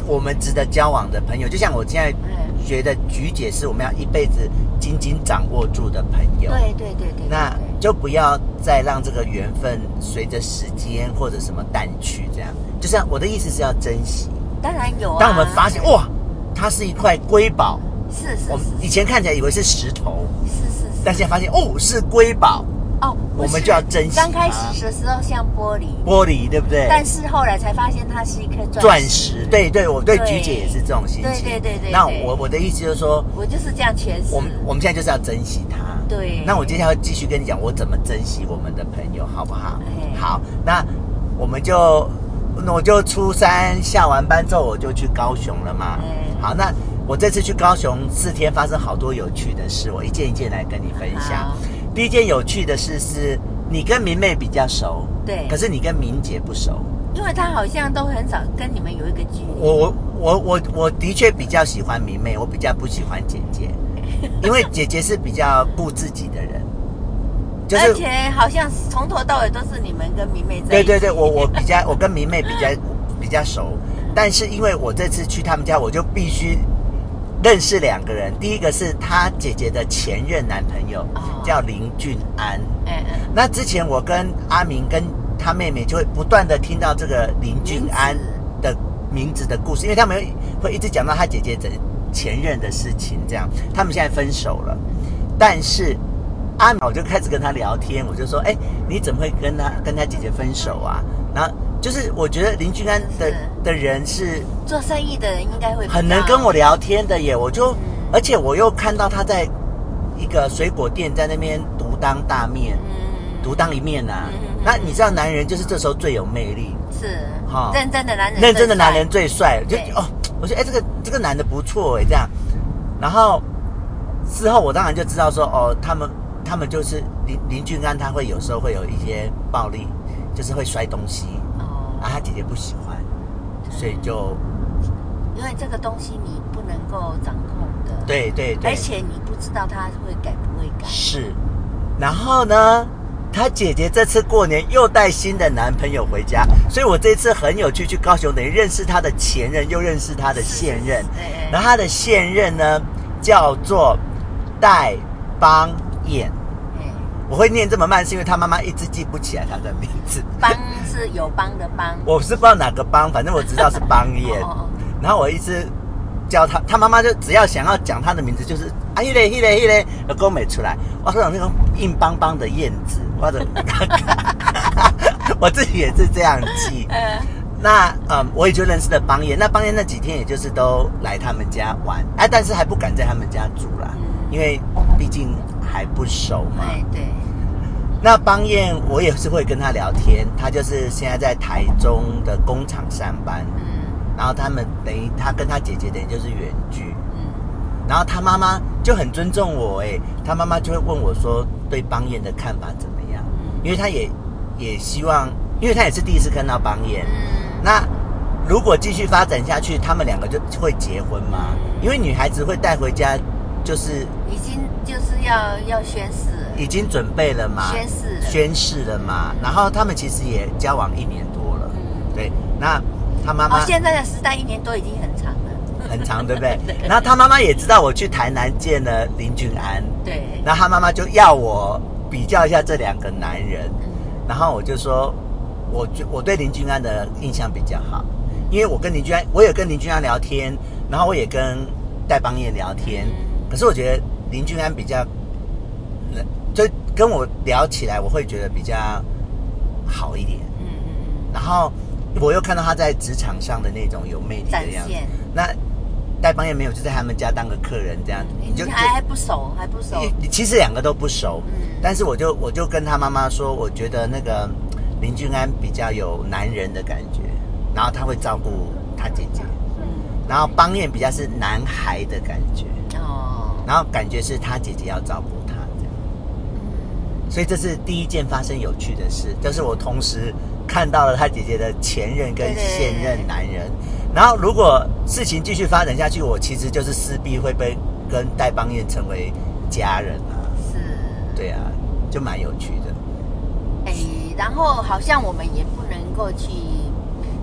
我们值得交往的朋友，就像我现在
嗯
觉得菊姐是我们要一辈子紧紧掌握住的朋友。
对对对对，
那
对对
就不要再让这个缘分随着时间或者什么淡去，这样。就像我的意思是要珍惜。
当然有啊。
当我们发现哇，它是一块瑰宝，
是，是是
我们以前看起来以为是石头，
是是是
但现在发现哦是瑰宝，
哦，不
我们
是
就要珍惜
刚开
它
始的时候像玻璃，
玻璃对不对？
但是后来才发现它是一颗钻
钻石，对对，我对
对
菊姐也是这种心情。
对对对对
那
对
我我的意思就是说，
我就是这样诠释。
我们我们现在就是要珍惜它。
对
那我接下来继续跟你讲我怎么珍惜我们的朋友，好不好
哎？
好，那我们就，那我就初三下完班之后我就去高雄了嘛
哎。
好，那我这次去高雄四天，发生好多有趣的事，我一件一件来跟你分享
好。
第一件有趣的事是，你跟明妹比较熟，
对
可是你跟明姐不熟。
因为他好像都很少跟你们有一个距离。
我我我我我的确比较喜欢明媚，我比较不喜欢姐 姐，因为姐姐是比较顾自己的人，就
而
是
且好像从头到尾都是你们跟明媚在
对
一起。
对
哎
对，我我比 较我跟明媚比较比较熟，但是因为我这次去他们家，我就必须认识两个人，第一个是她姐姐的前任男朋友
哦，
叫林俊安。
哎哎
那之前我跟阿明跟他妹妹就会不断的听到这个林俊安的名字的故事，因为他们会一直讲到他姐姐的前任的事情，这样他们现在分手了，但是。阿明我就开始跟他聊天，我就说：“哎、你怎么会跟他跟他姐姐分手啊？”然后就是我觉得林俊安的
是
的人是
做生意的人应该会比较
很能跟我聊天的耶，我就
嗯，
而且我又看到他在一个水果店在那边独当大面，
嗯
独当一面呐、
嗯嗯嗯
那你知道，男人就是这时候最有魅力，
是
哈
认真的男人，
认真的男人最帅。就
对
哦，我觉得哎、这个这个男的不错哎，这样。然后事后我当然就知道说，哦，他们他们就是林林俊安，他会有时候会有一些暴力，就是会摔东西
哦
啊，他姐姐不喜欢，所以就
因为这个东西你不能够掌控的，，哎
对对对，
而且你不知道他会改不会改，
是。然后呢，她姐姐这次过年又带新的男朋友回家，所以我这次很有趣，去高雄等于认识她的前任，又认识她的现任。
是是是对
然后她的现任呢叫做戴邦彦，
嗯，
我会念这么慢是因为她妈妈一直记不起来她的名字。
帮是有帮的帮，
我是不知道哪个帮，反正我知道是邦彦。
哦
然后我一直叫他，他妈妈就只要想要讲他的名字，就是啊一嘞一嘞一嘞，呃，给我美出来。我说那种硬邦邦的燕子，我的， 我自己也是这样记。
呃，
那嗯，我也就认识了邦彦。那邦彦那几天也就是都来他们家玩，哎、但是还不敢在他们家住啦，
嗯
因为毕竟还不熟嘛。
哎对，
那邦彦我也是会跟他聊天，他就是现在在台中的工厂上班，
嗯
然后他们等于他跟他姐姐等于就是远距，
嗯
然后他妈妈就很尊重我，哎，他妈妈就会问我说对邦彦的看法怎么样，
嗯
因为他也也希望，因为他也是第一次看到邦彦，
嗯，
那如果继续发展下去，他们两个就会结婚吗？因为女孩子会带回家，就是
嗯已经就是要要宣誓了，
已经准备了嘛，
宣誓了
宣誓了嘛，然后他们其实也交往一年多了，
嗯，
对，那他妈妈
哦，现在的时代一年多已经很长了，
很长，对不对？然后他妈妈也知道我去台南见了林俊安，
对，
然后他妈妈就要我比较一下这两个男人，
嗯
然后我就说，我就我对林俊安的印象比较好，因为我跟林俊安，我也跟林俊安聊天，然后我也跟戴邦彦聊天，
嗯
可是我觉得林俊安比较，呃就跟我聊起来，我会觉得比较好一点。
嗯嗯
然后我又看到他在职场上的那种有魅力
展
的样子
现。
那戴邦彦没有就在他们家当个客人这样子，
嗯，
你就
你还还不熟，还不熟，
你其实两个都不熟，
嗯
但是我就我就跟他妈妈说，我觉得那个林俊安比较有男人的感觉，然后他会照顾他姐姐，
嗯，
然后邦彦比较是男孩的感觉，
哦，
然后感觉是他姐姐要照顾他这样。
嗯
所以这是第一件发生有趣的事，就是我同时看到了他姐姐的前任跟
对对
现任男人。然后如果事情继续发展下去，我其实就是势必会被跟戴邦彦成为家人啊。
是。
对啊，就蛮有趣的。
哎，然后好像我们也不能够去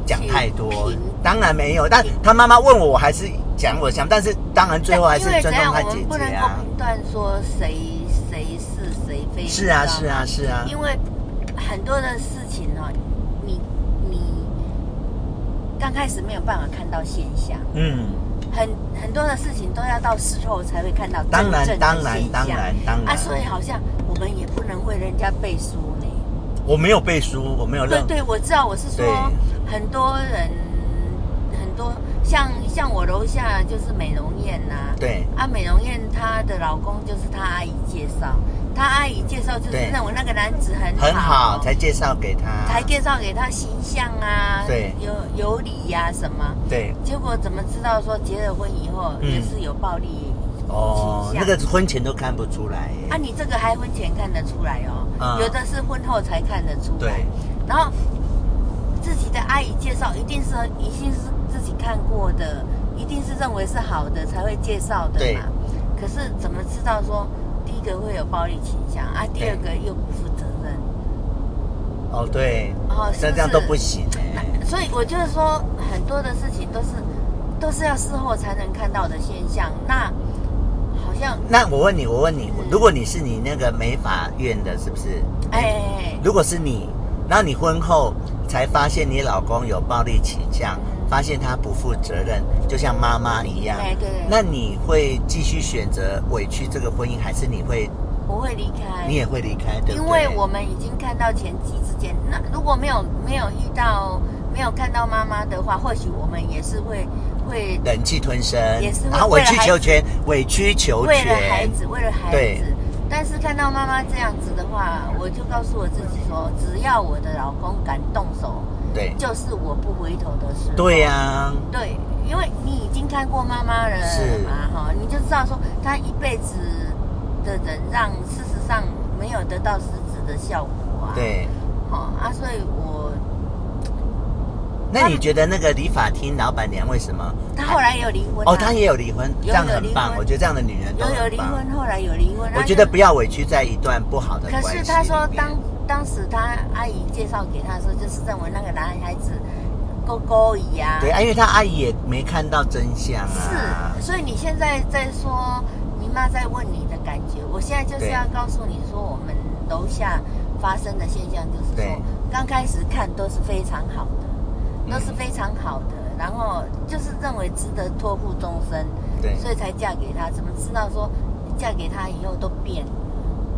讲太多
去评，
当然没有。但他妈妈问我，我还是讲我想，但是当然最后还是
因为
尊重
这样
他
我
姐
们不
姐
能够
啊。
评断说谁谁是谁非，
是啊，
你知
是
道吗
啊，，是啊。
因为很多的事情哦，你你刚开始没有办法看到现象，
嗯，
很很多的事情都要到事后才会看到
当
真
然
正
当
的
然
现
当
象
然当然
啊，所以好像我们也不能为人家背书呢。
我没有背书，我没有
对
认。
对，我知道，我是说
哦对
很多人，很多像像我楼下就是美容院呐、
对
啊，美容院她的老公就是她阿姨介绍，她阿姨介绍就是
对
认为那个男子很
很好，才
才
介绍给他。
才介绍给他形象啊，
对
有有理呀、什么。
对
结果怎么知道说结了婚以后
嗯
也是有暴力倾向？
哦，那个婚前都看不出来耶。
啊，你这个还婚前看得出来哦，
嗯
有的是婚后才看得出来
对。
然后自己的阿姨介绍，一定是一定是自己看过的，一定是认为是好的才会介绍的
对
嘛。可是怎么知道说第一个会有暴力倾向啊？第二个又不负责任，
哦，对，
哦，是
那
不
这样
是
都不行哎。
那所以我就是说，很多的事情都是都是要事后才能看到的现象。那好像
那我问你，我问你
嗯，
如果你是你那个美法院的，是不是？
哎，
如果是你，然后你婚后才发现你老公有暴力倾向，
嗯
发现他不负责任，就像妈妈一样，
哎对
那你会继续选择委屈这个婚姻，还是你会
我会离开。
你也会离开？对不对？
哎因为我们已经看到前妻之间，那如果没有没有遇到没有看到妈妈的话，或许我们也是会会
忍气吞声
也是，会
然后委
为了
曲
孩
求
子
全，委曲求
为了孩
全，
子，为了孩
对
子。但是看到妈妈这样子的话，我就告诉我自己说，只要我的老公敢动手，
对
就是我不回头的时候。
对呀、
对，因为你已经看过妈妈了
是
嘛，哈，你就知道说她一辈子的忍让，事实上没有得到实质的效果啊。。
对。
好啊，所以我
那你觉得那个理发厅老板娘为什么？
他后来有离婚啊、
哦，她也有离婚，
有
这样
有
很
离
棒。
婚
我觉得这样的女人都
有有
很
离
棒。
婚，后来有离婚。
我
啊
觉得
就
不要委屈在一段不好的
可
关系里嗯
是
面。
他说当当时他阿姨介绍给他说，就是认为那个男孩子勾勾一啊，
对啊，因为他阿姨也没看到真相啊
是，。所以你现在在说你妈在问你的感觉，我现在就是
对
要告诉你说，我们楼下发生的现象就是
对
说，刚开始看都是非常好的，都是
嗯
非常好的，然后就是认为值得托付终身，
对，
所以才嫁给他。怎么知道说嫁给他以后都变了？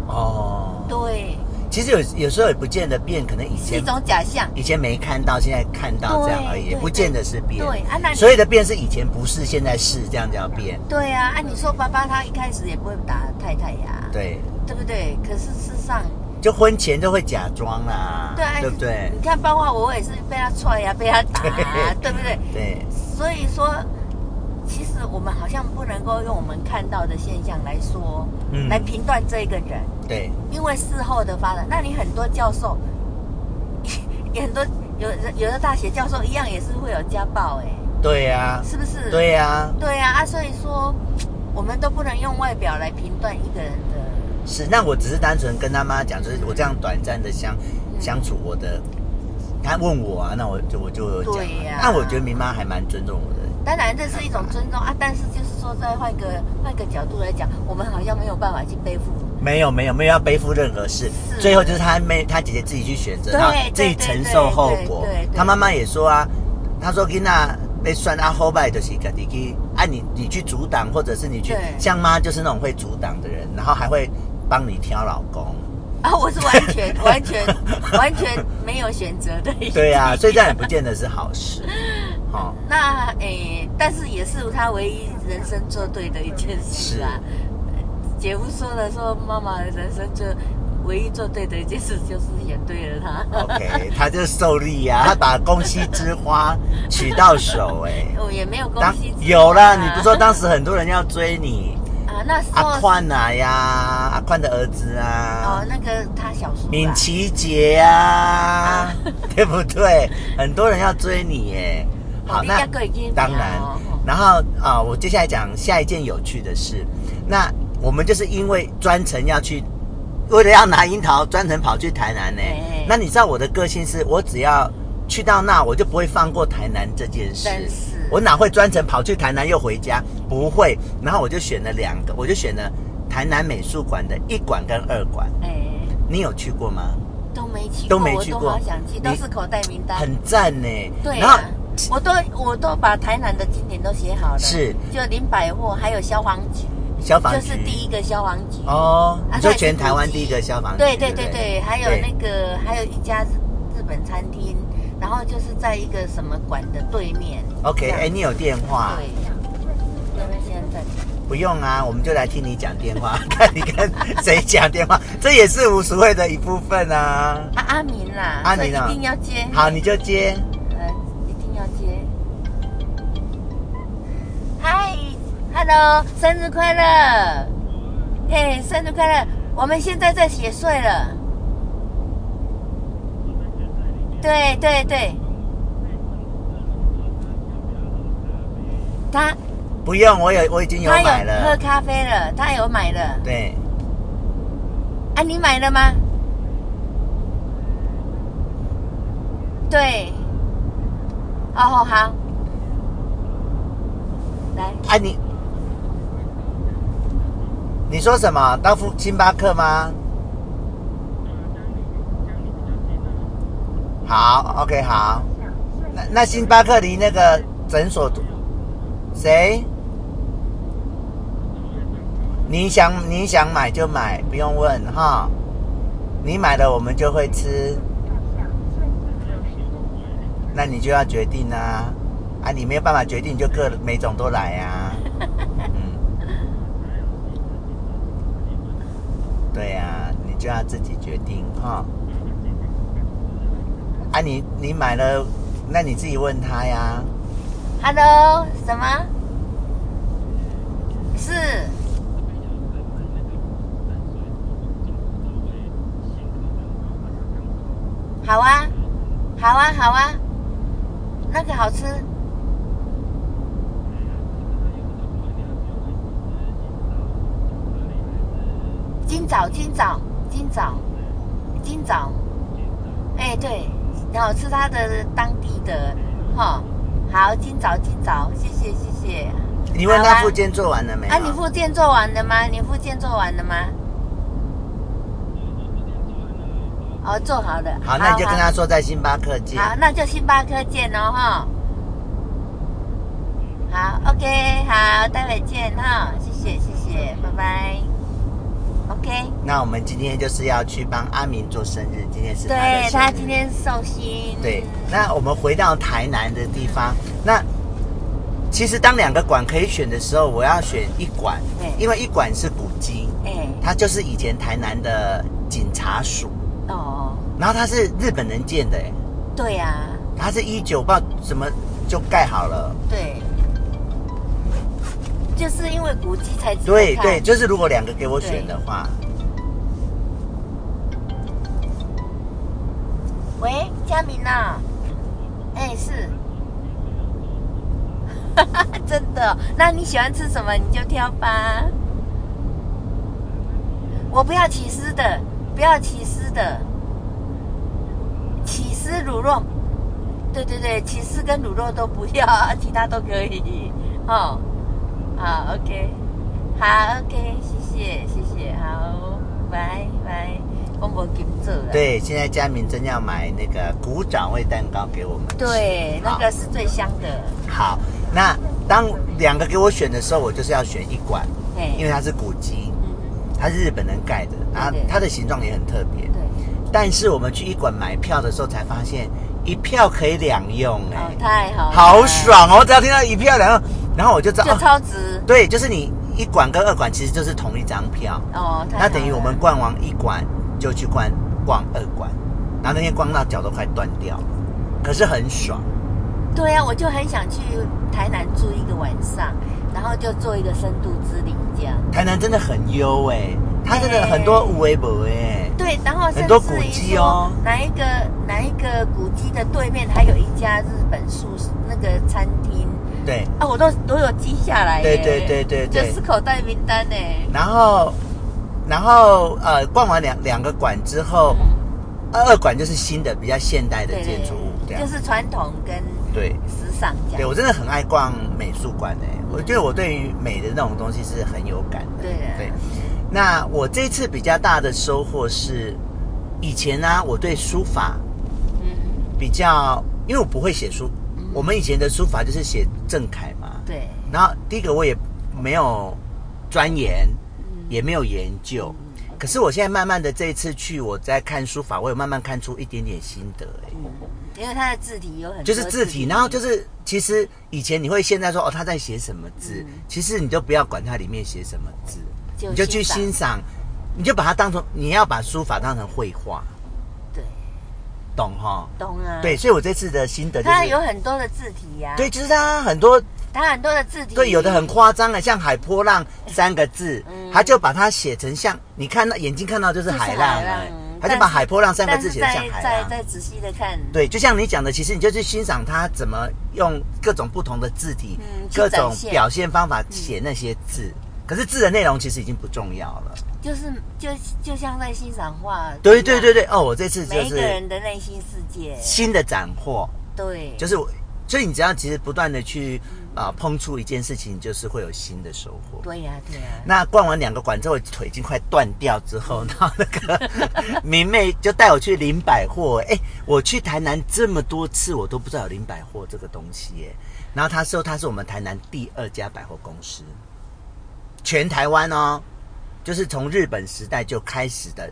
哦，
对，
其实有有时候也不见得变，可能以
是一
前
种假象。
以前没看到，现在看到这样而已，
对
也不见得是变。
对啊那你
所有的变是以前不是，现在是这样叫变。
对啊，按、啊、你说爸爸他一开始也不会打太太呀、
对，
对不对？可是事实上，
就婚前就会假装啦，
对、啊，
不对？
你看，包括我也是被他踹呀、被他打、 啊，对不对？
对，
所以说，其实我们好像不能够用我们看到的现象来说，
嗯
来评断这个人，
对，
因为事后的发展，那你很多教授， 也很多有的有的大学教授一样也是会有家暴、哎，
对啊呀、
是不是？
对呀、
对啊，啊，所以说我们都不能用外表来评断一个人的
是。那我只是单纯跟他妈讲，就是我这样短暂的相、
嗯
相处，我的，他问我啊，那我就我就有讲、
对呀
那我觉得明妈还蛮尊重我的，
当然，这是一种尊重啊，但是就是说，再换个换个角度来讲，我们好像没有办法去背负。
没有没有没有要背负任何事。
是
最后就是他妹他姐姐自己去选择，
对
然后自己承受后果
对对对对。对
他妈妈也说啊，他说给那被算啊后拜就是个你去啊你你去阻挡，或者是你去
对
像妈就是那种会阻挡的人，然后还会帮你挑老 公。
啊，我是完全 完全完全没有选择的。
对啊呀、所以这样也不见得是好事。好、
那诶、但是也是他唯一人生做对的一件事啊。姐夫说了说，妈妈的人生就唯一做对的一件事就是选对了他。
o k 他就是受力呀、 他把公西之花娶到手哎、
我也没有恭
当
喜、
有啦，你不说当时很多人要追你，
啊？那时候
阿宽啊呀，阿宽的儿子啊
哦，，那个他小叔、啊、
敏琪姐啊， 对不对？很多人要追你耶。好，
哦你
那
还还记得
当然
哦，
然后啊、我接下来讲下一件有趣的事。那我们就是因为专程要去，为了要拿樱桃，专程跑去台南呢
哎。
那你知道我的个性是，我只要去到那，我就不会放过台南这件事
真是。
我哪会专程跑去台南又回家？不会。然后我就选了两个，我就选了台南美术馆的一馆跟二馆。
哎、
你有去过吗？
都没去过，
都没去
我
过
都好想去，
你
都是口袋名单。
很赞呢。
对
然后
啊，我都我都把台南的景点都写好了，
是
就林百货，还有消防局，
消防局
就是第一个消防局。
哦，
啊
你说
它也是
全台湾
古迹
第一个消防局，
对对
不
对对，还有那个还有一家日日本餐厅，然后就是在一个什么馆的对面。
OK，
这样
哎，你有电话？
对，那边现在在
不用啊，我们就来听你讲电话， 看你跟谁讲电话，这也是无所谓的一部分啊。
啊阿明啦，
阿明啊
所以一定要接，
好，你就接。
呃，一定要接。嗨，Hello，生日快乐！嘿，生日快乐！我们现在在写睡了。对对对。他
不用，我有我已经有
他
买
有喝
了。
咖啡了，他有买了。
对，
啊，你买了吗？对。哦，好好。来，
啊你，你说什么？到富星巴克吗？好，OK，好。那那星巴克离那个诊所多，谁？你想你想买就买，不用问哈。你买了我们就会吃，那你就要决定啊。啊，你没有办法决定，你就各每种都来啊。嗯，对呀、啊，你就要自己决定哈。啊你，你买了，那你自己问他呀。
Hello，什么？是好啊，好啊，好啊，那个好吃。今早，今早，今早，今早，哎、对，然后吃他的当地的，哈、好，今早今早，谢谢谢谢。
你问他附件做完了没有？
啊，你附件做完了吗？你附件做完了吗？哦，做好了。
好，那你就跟他说在星巴克见。
好，那就星巴克见哦，哈。好，OK，好，待会见哈，谢谢，谢谢，拜拜。OK，
那我们今天就是要去帮阿明做生日，今天是他的生
对
日。
他今天寿星。
对，那我们回到台南的地方，那其实当两个馆可以选的时候，我要选一馆
对，
因为一馆是古迹，
哎，
它就是以前台南的警察署，
哦，
然后它是日本人建的，哎，
对啊呀、
它是一九不知道什么就盖好了。
对，就是因为古迹才值得
对
看
对，就是如果两个给我选的话，
喂，佳明呐、哎、是， 真的哦、那你喜欢吃什么你就挑吧。我不要起司的，不要起司的，起司乳酪。对对对，起司跟乳酪都不要， 其他都可以。哦，好，OK，好，OK，谢谢，谢谢，好，拜拜，我无金做了。
对，现在佳明真要买那个古掌味蛋糕给我们吃。
对，那
好
个是最香的。
好，那当两个给我选的时候，我就是要选一馆，
哎，
因为它是古迹，
嗯，
它是日本人盖的，啊
对，
它的形状也很特别。
对，
但是我们去一馆买票的时候才发现，一票可以两用、
哦，
哎、
太好了，
好，爽哦！我只要听到一票两用，然后我就知道，
就
哦、
超值
对，就是你一馆跟二馆其实就是同一张票，
哦，太好
那
了
等于我们逛完一馆就去逛逛二馆，然后那天逛到脚都快断掉了，可是很爽。
对啊呀、我就很想去台南住一个晚上，然后就做一个深度之旅这样。
台南真的很优哎、它真的很多无为不哎，
对，然后甚
很
至
多
于
古迹
说
哦
哪一个哪一个古迹的对面还有一家日本素那个餐厅
对。
啊，我都都有记下来耶。
对对对对对
就是口袋名单呢。
然后，然后呃，逛完两两个馆之后，
嗯
二二馆就是新的比较现哦代的
对
建
对
筑物，这
对，
样
就是传统跟
对。
时尚这
对，
样。
我真的很爱逛美术馆诶、我觉得我对于美的那种东西是很有感的。
对啊
对，那我这次比较大的收获是，以前呢、我对书法
嗯，
比较，因为我不会写书，
嗯
我们以前的书法就是写正楷嘛。
对，
然后第一个我也没有钻研，
嗯
也没有研究，可是我现在慢慢的这一次去，我在看书法，我有慢慢看出一点点心得、哎
嗯，因为它的字体有很多
就是字体，然后就是其实以前你会现在说哦他在写什么字，
嗯
其实你就不要管它里面写什么字，
就
你就去欣
欣赏
赏，你就把它当成你要把书法当成绘画，
对，
懂哈？
懂啊，
对，，所以我这次的心得就
它有
是，
很多的字体呀、
对，，就是它很多
它很多的字体，
对，有的很夸张的，像海波浪三个字，
嗯
他就把它写成像你看到眼睛看到就是
就是
海
海
浪
浪
哎
嗯，
他就
但
把
是
海波浪三个
但
字
是
写得像
再
海
再
浪。
再仔细的看，
啊对，就像你讲的，其实你就去欣赏他怎么用各种不同的字体、
嗯去
各
展
种
现嗯
表现方法写那些字。可是字的内容其实已经不重要了。
就是就就像在欣赏画，
对对对，对，哦，我这次就
啊每一个
是
人的内心世界，
新的斩获，
对，
就是我，所以你只要其实不断的去啊、呃碰触一件事情，就是会有新的收获。
嗯对呀、对呀、
那逛完两个馆之后，腿已经快断掉之后，然后那个 明媚就带我去林百货。哎，我去台南这么多次，我都不知道有林百货这个东西耶。然后他说他是我们台南第二家百货公司，全台湾哦，就是从日本时代就开始的。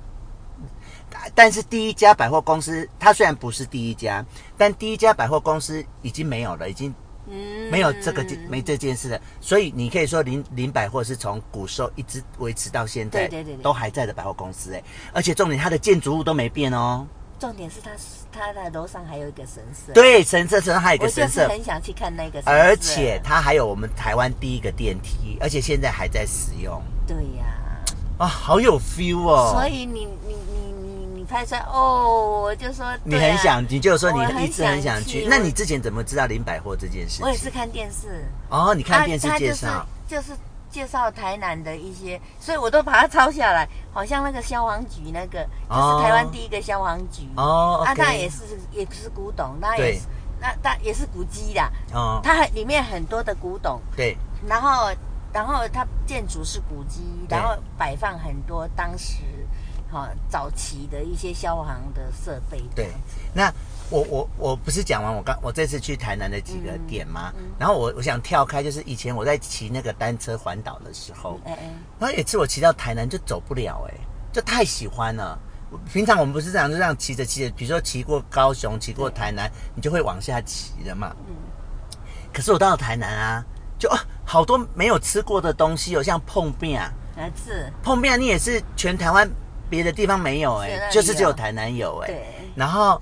但是第一家百货公司，它虽然不是第一家，但第一家百货公司已经没有了，已经
嗯
没有这个件没这件事的，所以你可以说林林百货是从古时候一直维持到现在，
对对对对
都还在的百货公司哎，而且重点它的建筑物都没变哦，
重点是它它的楼上还有一个神社，，
对，神社神社还有一
我
个
就
神
是
社，
很想去看那个神社，
而且它还有我们台湾第一个电梯，而且现在还在使用
对呀、
啊、好有 feel 哦，
所以你你你你你拍出来哦，我就说
你
对
很
啊
想，你就说
我
你
很
一直很
想
想去，
去
那
我
你之前怎么知道林百货这件事情？
我也是看电视，
哦，你看电视
啊他他
介绍，
就是就是介绍台南的一些，所以我都把它抄下来。好像那个消防局那个，就是台湾第一个消防局，
哦，OK，
啊，那也是也是古董，那也
对
是那那也是古迹啦，
哦，
它很里面很多的古董，
对，
然后然后它建筑是古迹，
对
然后摆放很多当时哈、早期的一些消防的设备，
对，那我我我不是讲完我刚我这次去台南的几个
嗯
点吗？然后我我想跳开，就是以前我在骑那个单车环岛的时候，
哎哎，
然后有一次我骑到台南就走不了、哎，就太喜欢了。我平常我们不是这样，就这样骑着骑着，比如说骑过高雄，骑过台南，你就会往下骑了嘛。
嗯
可是我到了台南啊，就、啊好多没有吃过的东西哦，像碰面啊，
儿子，
碰面你也是全台湾别的地方没有哎、
是那里
就是只有
有
台南有哎、
对
然后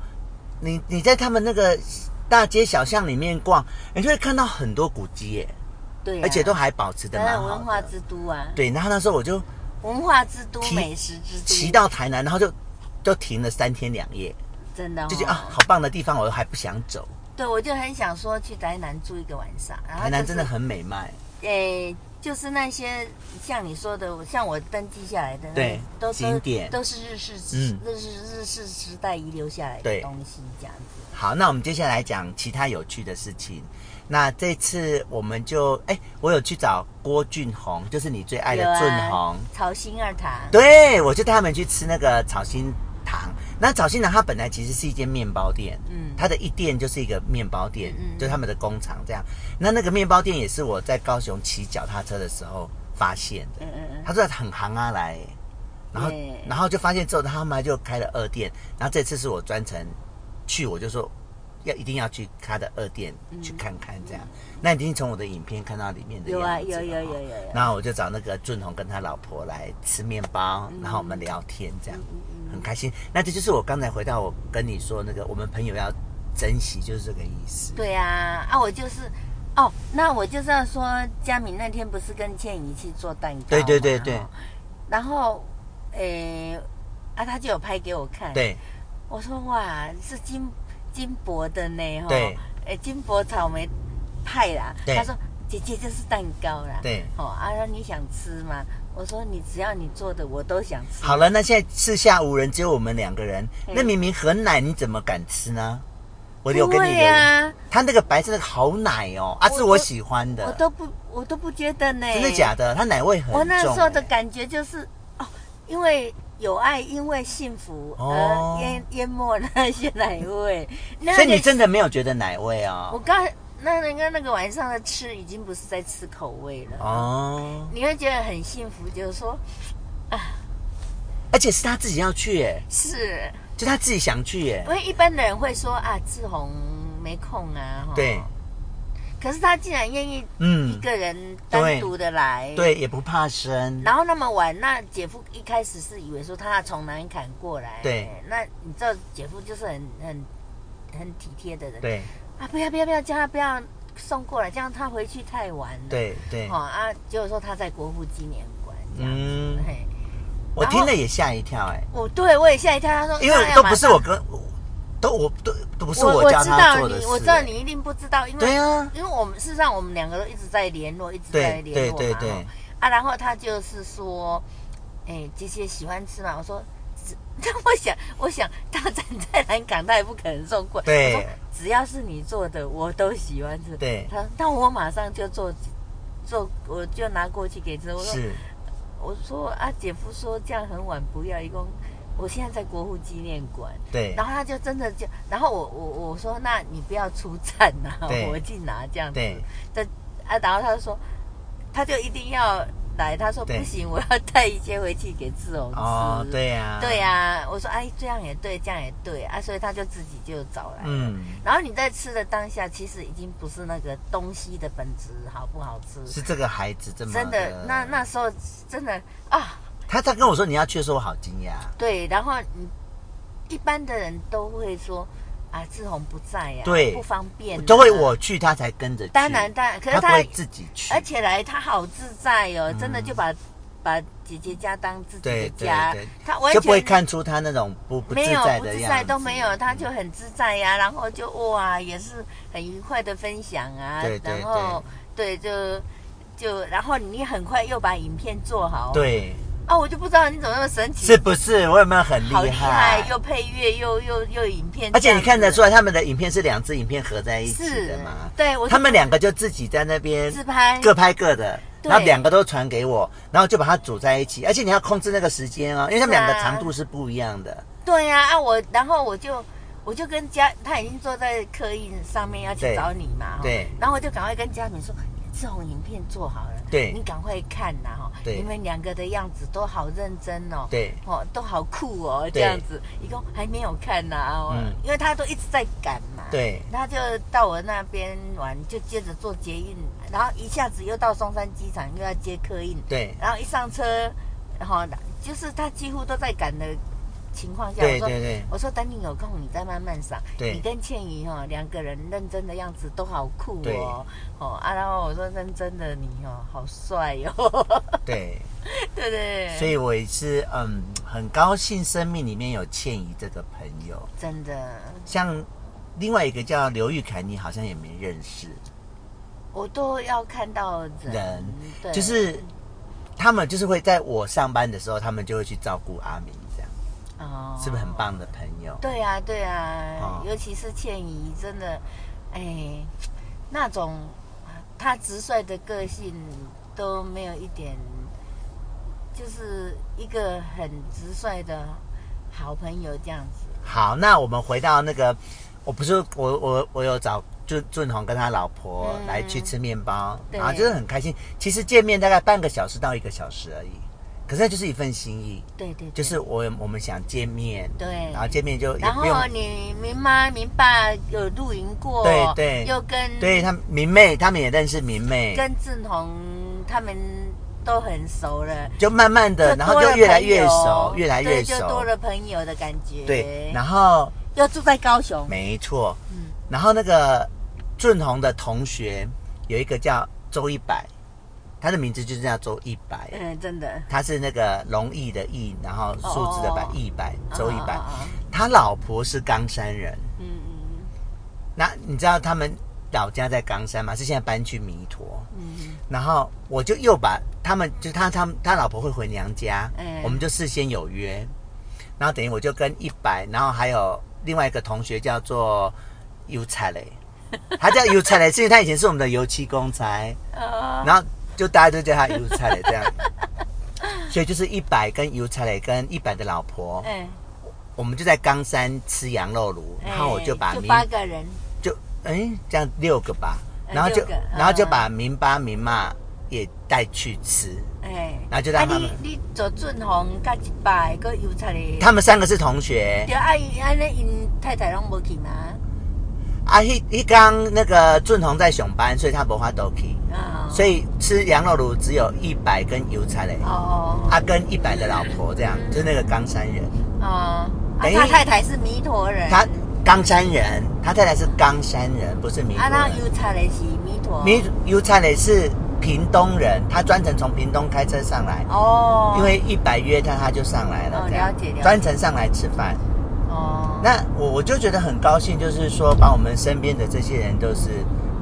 你你在他们那个大街小巷里面逛，你就会看到很多古迹耶、
对、啊，
而且都还保持的
台
蛮
湾
好
文化
的。
之都啊，
对，然后那时候我就
文化之都、
骑
美食之都，
骑到台南，然后就就停了三天两夜，
真的、哦、
就觉得啊，好棒的地方，我还不想走。
对，我就很想说去台南住一个晚上，然后、
台南真的，很美迈，
诶、就是那些像你说的，像我登记下来的那，
对
都都
景点
都是日式，
嗯
日式日式时代遗留下来
对
的东西，这样子。
好，那我们接下来讲其他有趣的事情。那这次我们就哎、我有去找郭俊宏，就是你最爱的
有啊
俊宏。
草心二塔，
对，我就带他们去吃那个炒心糖。那炒心糖它本来其实是一间面包店，
嗯
它的一店就是一个面包店，
嗯嗯嗯
就是他们的工厂这样。那那个面包店也是我在高雄骑脚踏车的时候发现的，
嗯嗯嗯，
他说很行啊来，然后
对
然后就发现之后，他们就开了二店，然后这次是我专程去，我就说要一定要去他的二店、去看看这样。那已经从我的影片看到里面的
嗯有啊
样子了
有有有
哈
有有
然后我就找那个俊宏跟他老婆来吃面包，然后我们聊天这样，
嗯
很开心。那这就是我刚才回到我跟你说那个，我们朋友要珍惜，就是这个意思。
对啊，啊，我就是。哦，那我就是要说，佳敏那天不是跟倩怡去做蛋糕嘛？
对对对对
哈然后，诶、啊，他就有拍给我看。
对
我说哇，是金金箔的呢，哈、
对
哎，金箔草莓派啦。
对
他说姐姐这是蛋糕啦。
对
哦，啊，那你想吃吗？我说你只要你做的，我都想吃。
好了，那现在四下无人，只有我们两个人。
嗯
那明明很奶，你怎么敢吃呢？我
不
有跟你
会
留意，
呀、啊，
他那个白色的好奶哦，啊，
我
是我喜欢
我
的，
都不我都不觉得呢。
真的假的？它奶味很重。
我那时候的
哎
感觉就是，哦，因为有爱，因为幸福
哦
而淹淹没那些奶 味。那
所以你
个
真的没有觉得奶味
我
哦？
刚那人家那个晚上的吃已经不是在吃口味了，
哦，
你会觉得很幸福，就是说
而且是他自己要去耶，
是，
就他自己想去耶
因。为一般的人会说啊，志宏没空啊，齁
对，
可是他竟然愿意一
嗯，
个人
对
单独的来，。
对，也不怕生。
然后那么晚，那姐夫一开始是以为说他从南坎过来，哎
对，
那你知道姐夫就是很很很体贴的人，
对
啊，不要不要不要，叫他不要送过来，这样他回去太晚了，，
对对
哦，啊，结果说他在国父纪念馆这样子，
嗯，
嘿，
我听了也吓一跳哎，
我对我也吓一跳，他说
因为
那
都
要
不是
马
我
上
跟，都我都都不是
我
教
知
他
道
做的
你，
事。欸
我知道你一定不知道，因为
对啊，
因为我们事实上我们两个都一直在联络，一直在
对
联
对
络嘛。
对
哦
对，
啊，然后他就是说，哎，姐姐喜欢吃嘛？我说，只 我想，我想他站在南港，他也不可能送过来。
对
我说只要是你做的，我都喜欢吃。
对
他说，那我马上就做。做我就拿过去给吃，我说
是
我说啊，姐夫说这样很晚不要，一共我现在在国父纪念馆，
对
然后他就真的就，然后我我我说那你不要出站呐、啊
对，
我去拿这样子。
对
但啊，然后他就说，他就一定要来，他说
对
不行，我要带一些回去给志宏吃。
哦，对呀、
对、呀、我说哎，这样也对，这样也对啊，所以他就自己就找来。
嗯，
然后你在吃的当下，其实已经不是那个东西的本质好不好吃，
是这个孩子这么
真的，那那时候真的啊，
他他跟我说你要去的时候，我好惊讶。
对，然后你一般的人都会说啊，志宏不在呀、
对
不方便、啊，
都会我去，他才跟着去。
当然当然，可是
他不
他
会自己去。
而且来他好自在
嗯
哦，真的就把把姐姐家当自己
对
的
对
家
对，
他完
就
全
不会看出他那种不不自
没有
在
不
的
自
样
在
子
都没有，他就很自在呀、然后就哇，也是很愉快的分享啊，
对对
然后对就。就然后你很快又把影片做好。
对，
啊，我就不知道你怎么那么神奇，
是不是？我有没有很
好
厉
厉
害？
害，又配乐又又又影片，
而且你看得出
来
来，他们的影片是两支影片合在一起
是
的嘛？
对，我就
他们两个就自己在那边
自拍，
各拍各的，
对
然后两个都传给我，然后就把它组在一起。而且你要控制那个时间哦，因为他们两个
是啊
长度是不一样的。
对呀、啊，我然后我就我就跟嘉，他已经坐在客运上面要去
对
找你嘛，哈
对
然后我就赶快跟嘉敏说，志宏影片做好了，
对
你赶快看呐、哈，
对
你们两个的样子都好认真哦，
对
哦，都好酷哦，这
对
样子，一共还没有看呐、哦
嗯
因为他都一直在赶嘛，，
对
他就到我那边玩，就接着坐捷运，然后一下子又到松山机场，又要接客运，
对
然后一上车，然后就是他几乎都在赶的情况下，我
对
说
对 对
我说等你有空你再慢慢赏，
对
你跟倩怡哈、哦、两个人认真的样子都好酷哦，哦啊，然后我说认真的你哦好帅哦，
对，
对对对，
所以我也是嗯，很高兴生命里面有倩怡这个朋友。
真的
像另外一个叫刘玉凯，你好像也没认识，
我都要看到人，
人
对，
就是他们就是会在我上班的时候，他们就会去照顾阿明，这样
哦
是不是很？棒的朋友？
对啊，对啊，
哦
尤其是倩怡，真的，哎，那种啊她直率的个性都没有一点，就是一个很直率的好朋友这样子。
好，那我们回到那个，我不是我我我有找俊俊宏跟他老婆
嗯
来去吃面包，
对
然后就是很开心。其实见面大概半个小时到一个小时而已，可是那就是一份心意，
对对对，
就是我我们想见面，
对
然后见面就也
然
不用
后。嗯你明妈明爸有露营过，
对对
又跟
对他们明媚，他们也认识明媚，
跟志宏他们都很熟了，
就慢慢的，然后
多
就
了
越来
朋
越
友
熟，越来越
对就
熟
多，了朋友的感觉。
对，然后
又住在高雄，
没错，
嗯
然后那个俊宏的同学有一个叫周一百，他的名字就是叫周一百，
嗯，真的，
他是那个容易的易，然后数字的百
哦
一百，周一百
啊，啊啊
他老婆是冈山人，
嗯嗯
那你知道他们老家在冈山吗？是现在搬去弥陀，
嗯
然后我就又把他们，就他他他老婆会回娘家，
嗯
我们就事先有约，然后等于我就跟一百，然后还有另外一个同学叫做尤彩雷，他叫尤彩雷，是因为他以前是我们的油漆公 差，
嗯，啊，
然后就大家都叫他尤彩雷这样，所以就是一百跟尤彩雷跟一百的老婆，
哎，
我们就在冈山吃羊肉炉，然后我就把
哎就
明
八个人，
就哎这样六个吧，
呃
然后就
六个嗯
然后就把明八明妈也带去吃。
哎，
然后就让他们
啊你你左俊宏甲一百个油菜嘞，
他们三个是同学
对啊，伊安尼因太太拢无去嘛，
啊。一一刚那个俊宏在熊班，所以他不花豆皮，
啊，
所
以
以吃羊肉炉只有一百跟油菜嘞。
哦
他跟一百的老婆这样，就是那个冈山人，
哦，啊
等于
他太太是弥陀人，
他冈山人，他太太是冈山人，不是民国
啊，那
人。
油菜嘞是弥陀，
民油菜嘞是屏东人，他专程从屏东开车上来，
哦，
因为一百约他，他就上来了
哦，
这样
了解了解
专程上来吃饭。
哦，
那我我就觉得很高兴，就是说把我们身边的这些人都是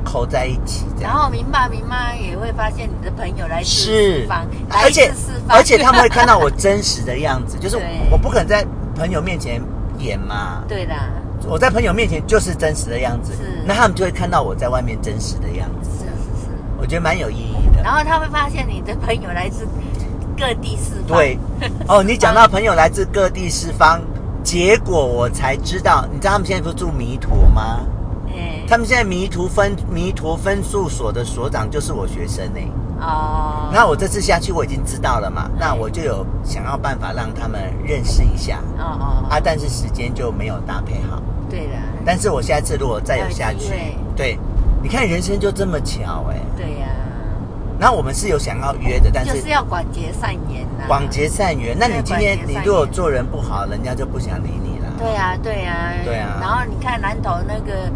扣在一起，这样
然。后明爸明妈也会发现你的朋友来自
是
四方，，来
而
自
且
四 方，
而且他们会看到我真实的样子，就是
对
我不可能在朋友面前演嘛，
对啦，
我在朋友面前就是真实的样子
是，
那他们就会看到我在外面真实的样子，
是是是。
我觉得蛮有意义的。
然后他会发现你的朋友来自各地四方。
对，哦，你讲到朋友来自各地四方，结果我才知道，你知道他们现在不是住弥陀吗？
哎，
他们现在弥陀分弥陀分宿所的所长就是我学生呢、欸
哦，
那我这次下去我已经知道了嘛，那我就有想要办法让他们认识一下。
哦哦，
啊，但是时间就没有搭配好。
对了，
但是我下次如果再有下去
还有机，
对，你看人生就这么巧哎、
对呀、
那我们是有想要约的，但
就是是要啊广结善缘呐、
广。结善缘。那你
对
今天
广结
你
善
如果
缘
做人不好，人家就不想理你了。
对呀、对呀、
对啊
然后你看南投那个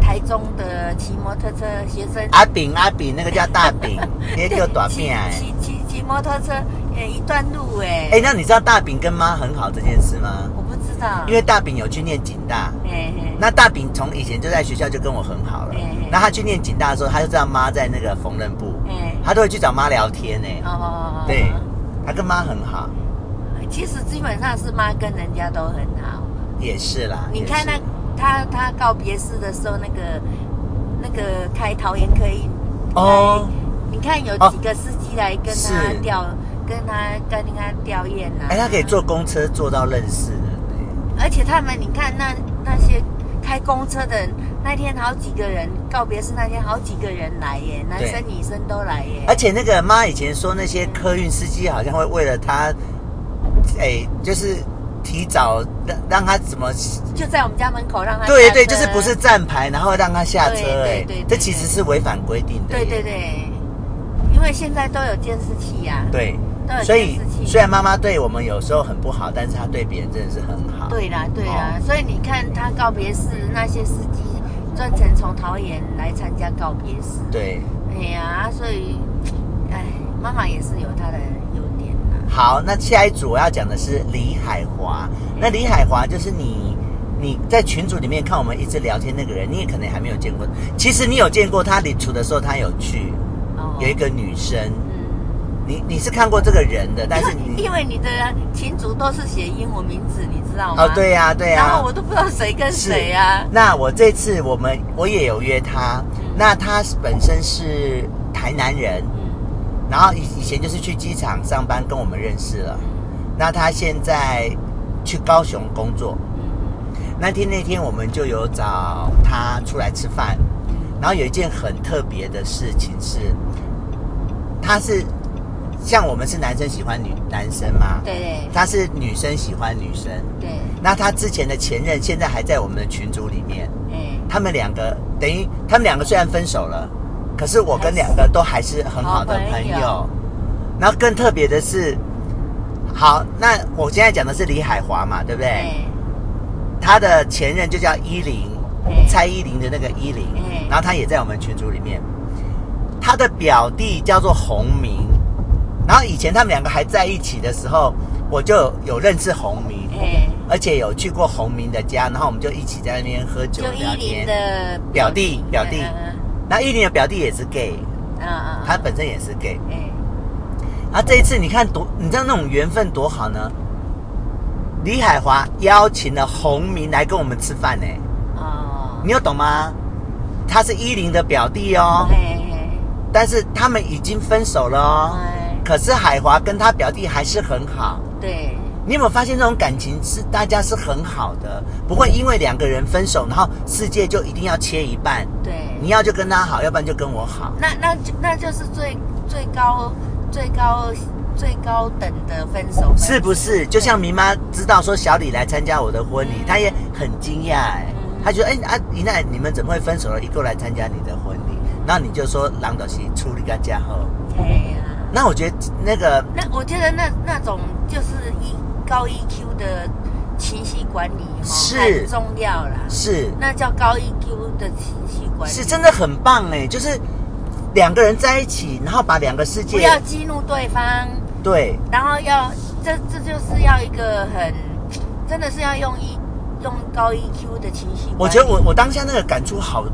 台中的骑摩托车学生，
阿炳阿炳，那个叫大炳，那个叫啊短
骑
命 哎。
骑骑骑摩托车，呃，一段路哎、
哎，那你知道大炳跟妈很好这件事吗？
我不知道，
因为大炳有去念警大，
哎哎
那大炳从以前就在学校就跟我很好了
嗯。
那他去念警大的时候，他就知道妈在那个缝纫部。
哎
他都会去找妈聊天呢、
哦哦哦，哦哎
对，他跟妈很好，
其实基本上是妈跟人家都很好。
也是啦。
你
也
看
是
那他他告别式的时候，那个那个开桃园可以
哦，
你看有
哦
几个司机来跟他
是
吊，跟他跟他吊唁啊。嗯
哎、他可以坐公车坐到认识的，
而且他们，你看那那些开公车的人，那天好几个人，告别式那天好几个人来耶，男生女生都来耶
对。。而且那个妈以前说那些客运司机好像会为了他，哎、就是提早让让他怎么。
就在我们家门口让他
对
下
对，
车
就是不是站牌，然后让他下车、
对
哎
对对对，
这其实是违反规定的
对
耶。
对对，因为现在都有监视器啊呀、
对
都有
所
监
以
视器。
虽然妈妈对我们有时候很不好，但是她对别人真的是很好。
对啦对
哦
啦，所以你看他告别式那些司机专程从桃园来参加告别式，
对，
哎呀，所以，哎，妈妈也是有她的优点啦。
好，那下一组我要讲的是李海华。那李海华就是你，你在群组里面看我们一直聊天那个人，你也可能还没有见过。其实你有见过他，李楚的时候他有去，
哦
有一个女生，
嗯，
你你是看过这个人的，但是
因为
你
因为你的群主都是写英文名字，你知道吗？
哦，对呀、对呀、
然后我都不知道谁跟谁啊。
那我这次我们我也有约他，那他本身是台南人，
嗯
然后以以前就是去机场上班，跟我们认识了。那他现在去高雄工作。
嗯
那天那天我们就有找他出来吃饭，然后有一件很特别的事情是，他是像我们是男生喜欢女男生嘛，
对嗯对
他是女生喜欢女生。
对，
那他之前的前任现在还在我们的群组里面，
哎，
他们两个等于他们两个虽然分手了，可是我跟两个都还是很好的
好
朋
朋
友
友。
然后更特别的是，好，那我现在讲的是李海华嘛，对不对？
哎，
他的前任就叫依林，
嗯
蔡依林的那个依林，
嗯
然后他也在我们群组里面。他的表弟叫做洪明，然后以前他们两个还在一起的时候，我就有认识洪明，
哎，
而且有去过洪明的家，然后我们就一起在那边喝酒
就
聊
依林
天。
的呃
表弟表弟那依林的表弟也是 gay，
嗯嗯嗯嗯，
他本身也是 gay。
哎，
啊，这一次你看多，你知道那种缘分多好呢？李海华邀请了洪明来跟我们吃饭呢、
哦，
你有懂吗？他是依林的表弟哦，
哎哎
但是他们已经分手了哦。
哎，
可是海华跟他表弟还是很好。
对，
你有没有发现这种感情是大家是很好的，不会因为两个人分手，然后世界就一定要切一半，
对，
你要就跟他好，要不然就跟我好。
那那就那就是最最高最高最高等的分手方式，
是不是？就像明妈知道说小李来参加我的婚礼，
嗯
她也很惊讶哎
嗯，
她觉得哎、啊，你那你们怎么会分手了？一个来参加你的婚礼，然后你就说郎导是处理个家后，
哎呀，
那我觉得那个
那我觉得那那种就是一高 EQ 的情绪管理哈、
是
很重要啦，
是
那叫高 EQ 的情绪管理，
是真的很棒哎，就是两个人在一起，然后把两个世
不
界
要激怒对方，
对
然后要这这就是要一个很真的是要用一用高 EQ 的情绪管理，
我觉得我我当下那个感触好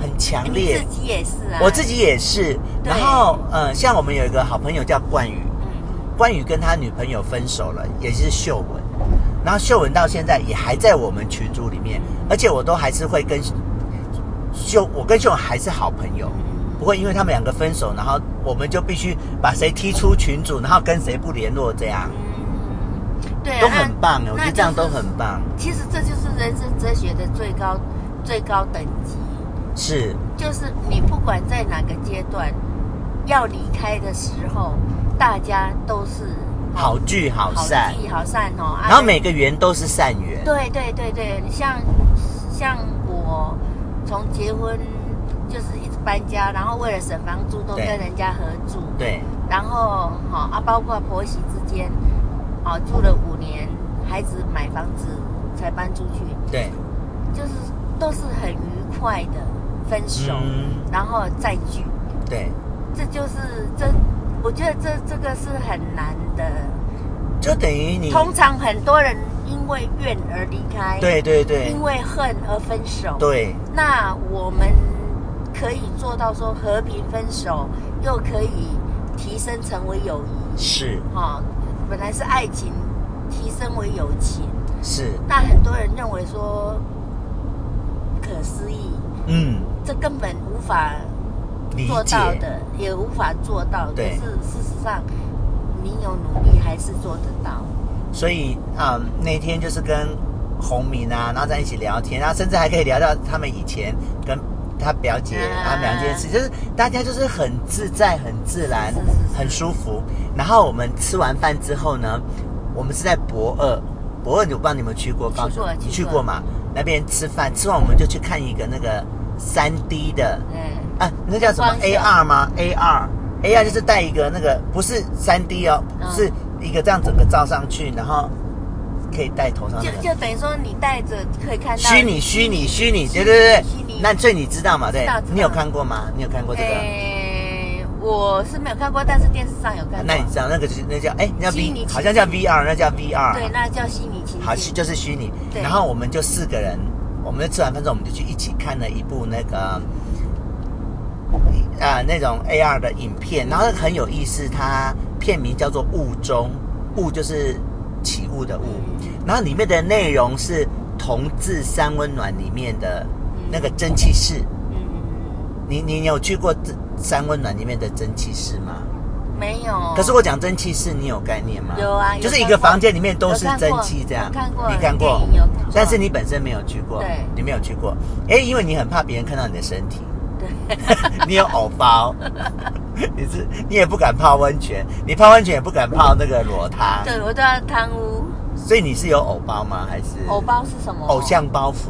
很强
你
烈
自，己也是啊，
我自己也是。
对
然后呃，像我们有一个好朋友叫冠宇，
嗯
关羽跟他女朋友分手了，也就是秀文。然后秀文到现在也还在我们群组里面，而且我都还是会跟秀，我跟秀文还是好朋友，
嗯
不会因为他们两个分手，然后我们就必须把谁踢出群组，然后跟谁不联络，这样
嗯，对啊，
都很棒哎，
那
我觉得这样
那
都
就是
很棒。
其实这就是人生哲学的最高最高等级，
是，
就是你不管在哪个阶段要离开的时候，大家都是
好聚好散，
聚好散哦。啊
然后每个缘都是善缘。
对对对对，像像我从结婚就是一直搬家，然后为了省房租都
对
跟人家合住，
对
然后哈、啊，包括婆媳之间，哦住了五年，孩子买房子才搬出去，
对，
就是都是很愉快的分手，
嗯
然后再聚，
对，
这就是这，我觉得这这个是很难的。
就等于你，
通常很多人因为怨而离开，，
对对对
因为恨而分手。，
对
那我们可以做到说和平分手，又可以提升成为友谊，
是
哈、本来是爱情提升为友情，
是，
那很多人认为说不可思议，
嗯，
这根本无法
理
做
解，
到的，也无法做到的。
对
是事实上，你有努力还是做得到。
所以啊、嗯那天就是跟洪明啊，然后在一起聊天，然后甚至还可以聊到他们以前跟他表姐、
啊
他们两件事，就是大家就是很自在、很自然
是是、是
很舒服。然后我们吃完饭之后呢，我们是在博二，博二我不知道你们去过，高雄
过
你
去
去
过
过嘛？那边吃饭，吃完我们就去看一个那个三 D 的，
嗯，
啊，那叫什么
光学
AR 吗？AR，AR 就是带一个那个不是三 D 哦，
嗯
是一个这样整个罩上去，然后可以戴头上
就
那个
就等于说你带着可以看到
虚拟虚拟虚拟，对对对
虚拟
对。那这你知道嘛？对
知道知道，
你有看过吗？你有看过这个？
诶哎我是没有看过，但是电视上有看过。
那你知道那个就是那叫哎，那叫
虚拟
V，
情
好像叫 VR，那叫 VR。
对，那叫虚拟情
好，
境。
就是虚拟。
对
然后我们就四个人，我们就吃完饭之后，我们就去一起看了一部那个，呃，那种 AR 的影片，然后很有意思。它片名叫做《雾中》，雾就是起雾的雾。
嗯
然后里面的内容是同志三温暖里面的那个蒸汽室。
嗯，
你你你有去过这三温暖里面的蒸汽室吗？
没有。
可是我讲蒸汽室，你有概念吗？
哦有啊有
就是一
看
个
过
房间里面都是
有看
蒸
过
汽这
有
样。
看过
你看过
电影有看过
但是你本身没有去过，
对
你没有去过。哎，因为你很怕别人看到你的身体，
对，
你有偶包，你是你也不敢泡温泉，你泡温泉也不敢泡那个裸汤，
对我都要贪污。
所以你是有偶包吗？还是
偶包是什么？
偶像包袱？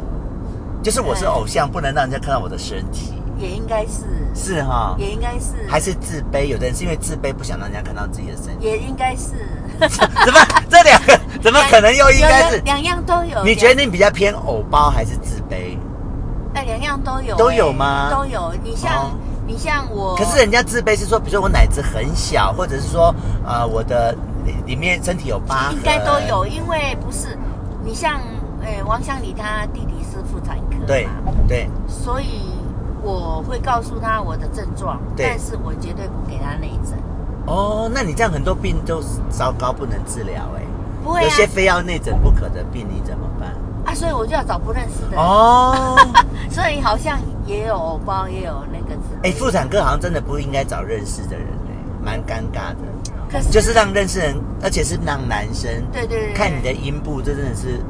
就是我是
对
偶像，不能让人家看到我的身体，
也应该是，
是哈、
也应该是，
哦还是自卑？有的人是因为自卑不想让人家看到自己的身体。
也应该是。
怎么这两个怎么可能又应该
有
是？
两两样都有？
你觉得你比较偏偶包还是自卑？
哎，两样都有、
都
哎
有吗
都有。你像、
哦
你像我，
可是人家自卑是说，比如说我奶子很小，或者是说呃我的里里面身体有疤痕，
应该都有，因为不是你像哎王香里她弟弟是妇产科嘛，
对对
所以我会告诉他我的症状，
对
但是我绝对不给他内诊，
哦，那你这样很多病都糟糕，不能治疗哎、
不会
有些
啊
非要内诊不可的病你怎么办？
啊，所以我就要找不认识的人，
哦，
所以好像也有偶包，也有那个自卑
哎、妇产科好像真的不应该找认识的人哎、蛮尴尬的，
可是
就是让认识人，而且是让男生
嗯对对对，
看你的阴部，这真的是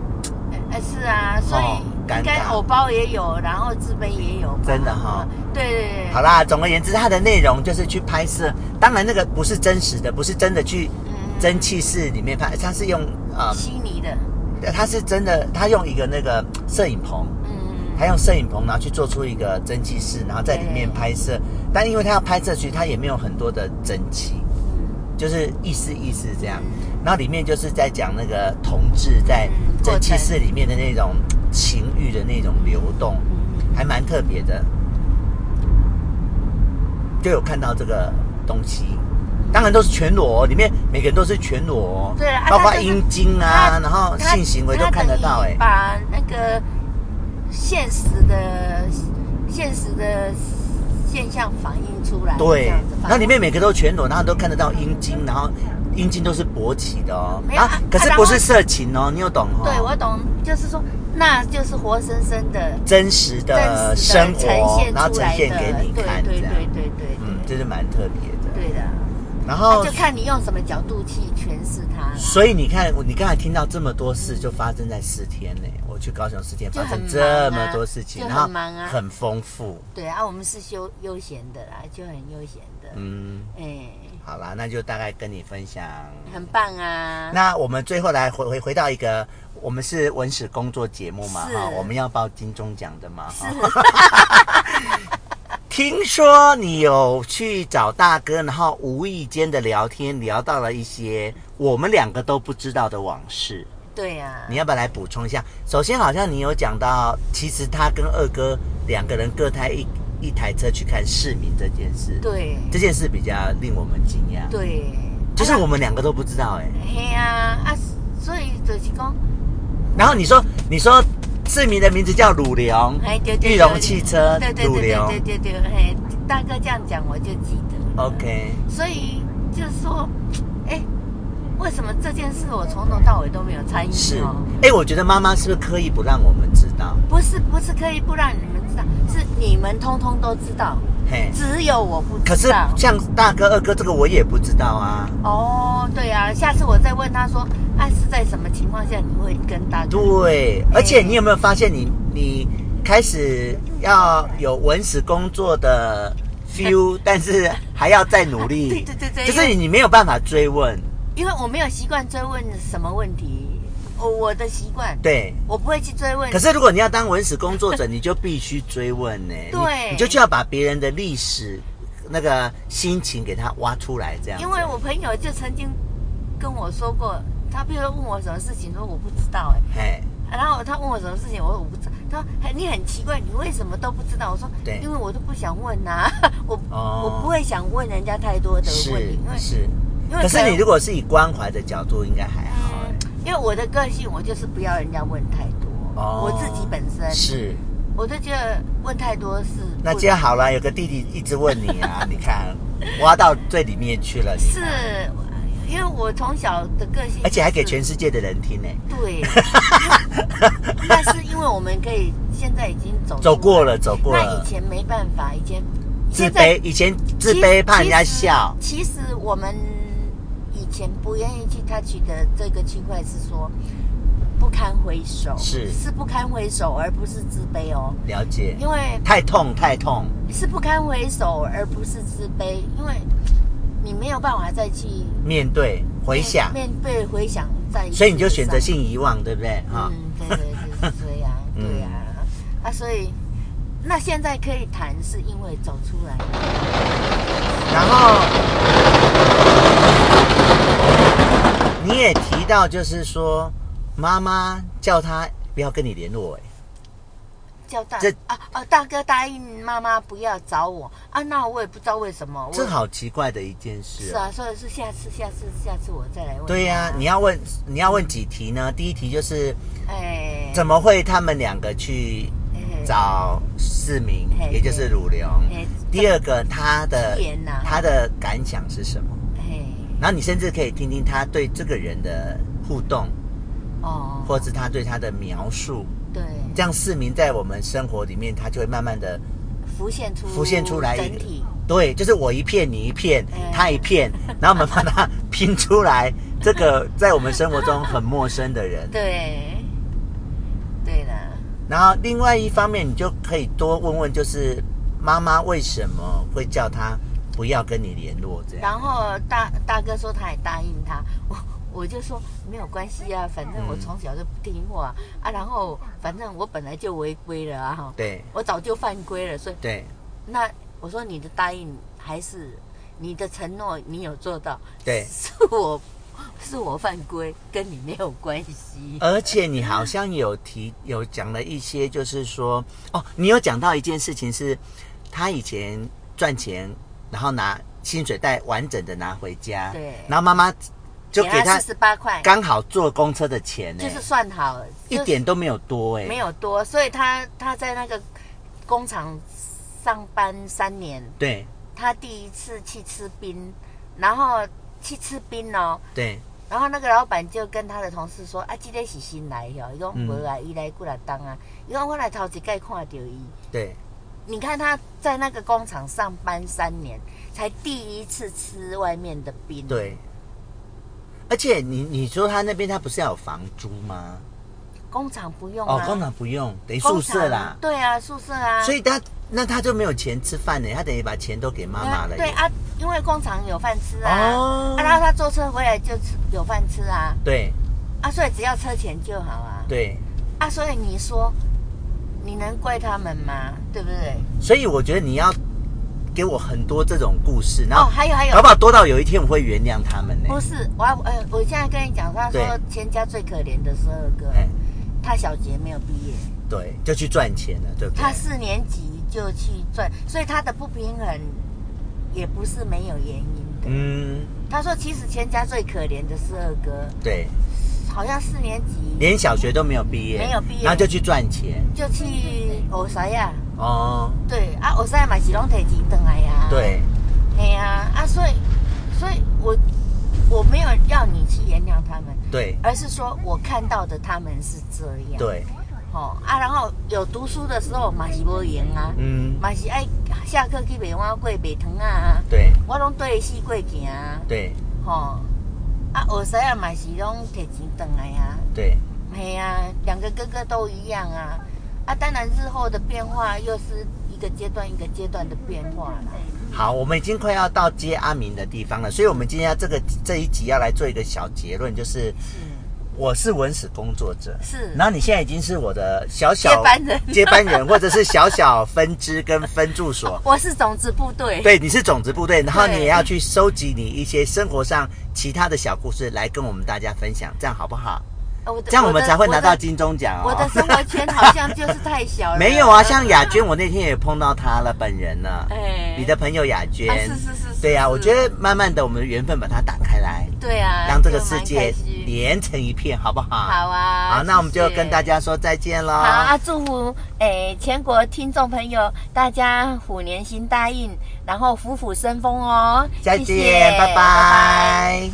呃，是啊，所
哦
以
尴
应该
尬
偶包也有，然后自卑也有吧，
真的哈
对对对，
好啦，总而言之，它的内容就是去拍摄，当然那个不是真实的，不是真的去
嗯
蒸汽室里面拍，它是用啊、
悉尼的，
呃，它是真的，它用一个那个摄影棚，
嗯，
它用摄影棚，然后去做出一个蒸汽室，然后在里面拍摄。但因为它要拍摄去，它也没有很多的蒸汽，
嗯
就是意思意思这样
嗯。
然后里面就是在讲那个同志在
嗯过
蒸汽
程
室里面的那种情欲的那种流动。
嗯
还蛮特别的，就有看到这个东西。当然都是全裸、哦，里面每个人都是全裸、哦，
对啊，
包括
他就是
阴茎啊
他，
然后
他
性行为都
他
看得
等于
到、哎，
把那个现实的现实的现象反映出来，这
对
样子，
然后里面每个都全裸，然后都看得到阴茎，然后阴茎都是勃起的哦，
没有
啊
啊，
可是
啊
不
然
是
后
色情哦，你有懂哦？
对我懂，就是说那就是活生生的。
真实的
真实
生
的
活，
呈现
然后
出
呈
来
现
的，
给你看，
对对
这
对
样，
对对对，
嗯，这是蛮特别的。
对的。
然
那
后
就看你用什么角度去诠释它啦。
哦所以你看，我你刚才听到这么多事，就发生在四天呢。我去高雄四天，
就
发
很
生
忙啊
这么多事情，
就很
然后
忙啊
很丰富。
对啊，我们是休悠闲的啦，就很悠闲的。
嗯，
哎、
好啦，那就大概跟你分享。
很棒啊！
那我们最后来回回回到一个，我们是文史工作节目嘛，
是
哈，我们要报金钟奖的嘛，哈。听说你有去找大哥，然后无意间的聊天，聊到了一些我们两个都不知道的往事。
对啊，
你要不要来补充一下？首先，好像你有讲到，其实他跟二哥两个人各开一一台车去看市民这件事，
对
这件事比较令我们惊讶，
对，啊
就是我们两个都不知道哎、嗯
嘿啊啊，所以就是讲，
然后你说，你说市民的名字叫鲁龙
哎，对，对
裕隆汽车
对对
鲁
对对
龙
对对对，嘿，大哥这样讲我就记得。
，OK，
所以就是说，哎，为什么这件事我从头到尾都没有参与？
是
哦，
哎，我觉得妈妈是不是刻意不让我们知道？
不是不是刻意不让你们知道，是你们通通都知道，
嘿，
只有我不
可
知
是
道。
像大哥、二哥这个我也不知道啊。
哦，对啊，下次我再问他说，啊是在什么情况下你会跟大哥？
对，而且你有没有发现你，你开始要有文史工作的 feel，但是还要再努力。
对对对对
就是你没有办法追问。
因为我没有习惯追问什么问题，我我的习惯，
对，
我不会去追问。
可是如果你要当文史工 作者，你就必须追问呢、你
对
你就需要把别人的历史那个心情给他挖出来，这样子。
因为我朋友就曾经跟我说过，他比如说问我什么事情，说我不知道哎、
哎，
然后他问我什么事情，我说我不知道。他说哎你很奇怪，你为什么都不知道？我说
对
因为我都不想问呐、 我、
哦
我不会想问人家太多的
是
问题，因为
是。
因为
可是
能
你如果是以关怀的角度，应该还好、
嗯，因为我的个性，我就是不要人家问太多。
哦
我自己本身，
是。
我就觉得问太多是不
那这样好了，有个弟弟一直问你 啊，你看挖到最里面去了，你
是
看，
因为我从小的个性就是，
而且还给全世界的人听呢。
对，那是因为我们可以现在已经走
走过了，走过
那
了
以，前没办法，以前
自
现在
卑，以前自卑怕人家笑，
其实。其实我们以前不愿意去 touch 的这个区块是说不堪回首，
是
是不堪回首，而不是自卑哦。
了解，
因为
太痛太痛，
是不堪回首，而不是自卑，因为你没有办法再去
面对回想，
面面对回想再，
所以你就选择。性遗忘，对不对？哈、
嗯，对对，就是这样，
嗯
对呀、啊，所以那现在可以谈，是因为走出来了，
然后你也提到，就是说妈妈叫他不要跟你联络、哎，
叫大
这
啊啊大哥答应妈妈不要找我啊，那我也不知道为什么，我
这好奇怪的一件事、
是啊，所以是下次下次下次我再来问他。
对呀、你要问你要问几题呢？第一题就是
哎，
怎么会他们两个去
哎
找市民，
哎
也就是鲁龙
哎？
第二个他的
自言呐
他的感想是什么？
哎
然后你甚至可以听听他对这个人的互动，
哦，
或是他对他的描述。
对，
这样市民在我们生活里面，他就会慢慢的
浮现出
浮现出来一
整
个
体，
对，就是我一片你一片
哎，
他一片，然后我们把它拼出来。这个在我们生活中很陌生的人，
对，对了，
然后另外一方面，你就可以多问问，就是妈妈为什么会叫他不要跟你联络这样？
然后大大哥说他也答应他，我我就说没有关系啊，反正我
嗯
从小就不听话、啊，然后反正我本来就违规了啊，哈
对
我早就犯规了，所以
对，
那我说你的答应还是你的承诺，你有做到，
对
是我是我犯规，跟你没有关系，
而且你好像有提有讲了一些，就是说哦，你有讲到一件事情是，他以前赚钱，然后拿薪水袋完整的拿回家，
对
然后妈妈就给他
四十八块，
刚好坐公车的钱呢，
就是算好
一点都没有多哎，
没有多，所以他他在那个工厂上班三年，
对
他第一次去吃冰，然后去吃冰哦，
对
然后那个老板就跟他的同事说：“啊，今天是新来哟、哦，伊讲
嗯
无啊，伊来过来当啊，伊讲我来头一盖看到伊，
对，
你看他在那个工厂上班三年，才第一次吃外面的冰。，
对，而且你你说他那边他不是要有房租吗？
工厂不用
哦
啊，，
工厂不用，等于
工
宿舍
厂
啦。
对啊，宿舍啊，
所
以
以他那他就没有钱吃饭呢，他等于把钱都给妈妈了耶。
对啊，因为工厂有饭吃啊，
哦
啊，然后他坐车回来就吃有饭吃啊，
对
啊，所以只要车钱就好啊。
对，
啊，所以你说你能怪他们吗？对不对？
所以我觉得你要给我很多这种故事，然
哦，
后
还有还有
搞，不好多到有一天我会原谅他们呢
不。是我要呃，我现在跟你讲，他说
对
全家最可怜的十二个，
哎，
他小学没有毕业，
对，就去赚钱了，对不对
他？四年级就去赚，所以他的不平衡也不是没有原因的。
嗯，
他说，其实全家最可怜的十二个，
对，
好像四年级
连小学都没有毕业，
没有毕业
然后就去赚钱
就去学啥呀？
哦，
对啊，学啥嘛是拢摕钱回来呀。，
对，
嘿呀、啊，所以所以我我没有要你去原谅他们，
对，
而是说我看到的他们是这样。，
对，
哦啊，然后有读书的时候嘛是无闲啊，
嗯，
嘛、是爱下课去卖碗粿、卖糖啊，
对，
我拢对四过行啊，
对，
吼、啊学啥啊嘛是拢摕钱回来啊，
对，
嘿啊，两个哥哥都一样啊，啊，当然日后的变化又是一个阶段一个阶段的变化啦。
好，我们已经快要到接阿明的地方了，所以我们今天要这个这一集要来做一个小结论，就是我是文史工作者，
是
然后你现在已经是我的小小
嗯接班人
接班 人或者是小小分支跟分驻所。
我是种子部队，
对，你是种子部队，然后你
对
也要去收集你一些生活上其他的小故事来跟我们大家分享，这样好不好？
啊我的
这样我们才会拿到
我的
金钟奖哦。
我的生活圈好像就是太小了。
没有啊，像雅娟，我那天也碰到她了，本人了。
哎
你的朋友雅娟，
啊是是是是
对呀、
是
我觉得慢慢的，我们的缘分把它打开来，
对啊，
让这个
就
世
蛮
界
开心
连成一片，好不好？
好啊。
好，那我们就
谢谢
跟大家说再见喽。
好啊，祝福诶、全国听众朋友，大家虎年行大运，然后虎虎生风哦。
再
谢
见，
谢
拜拜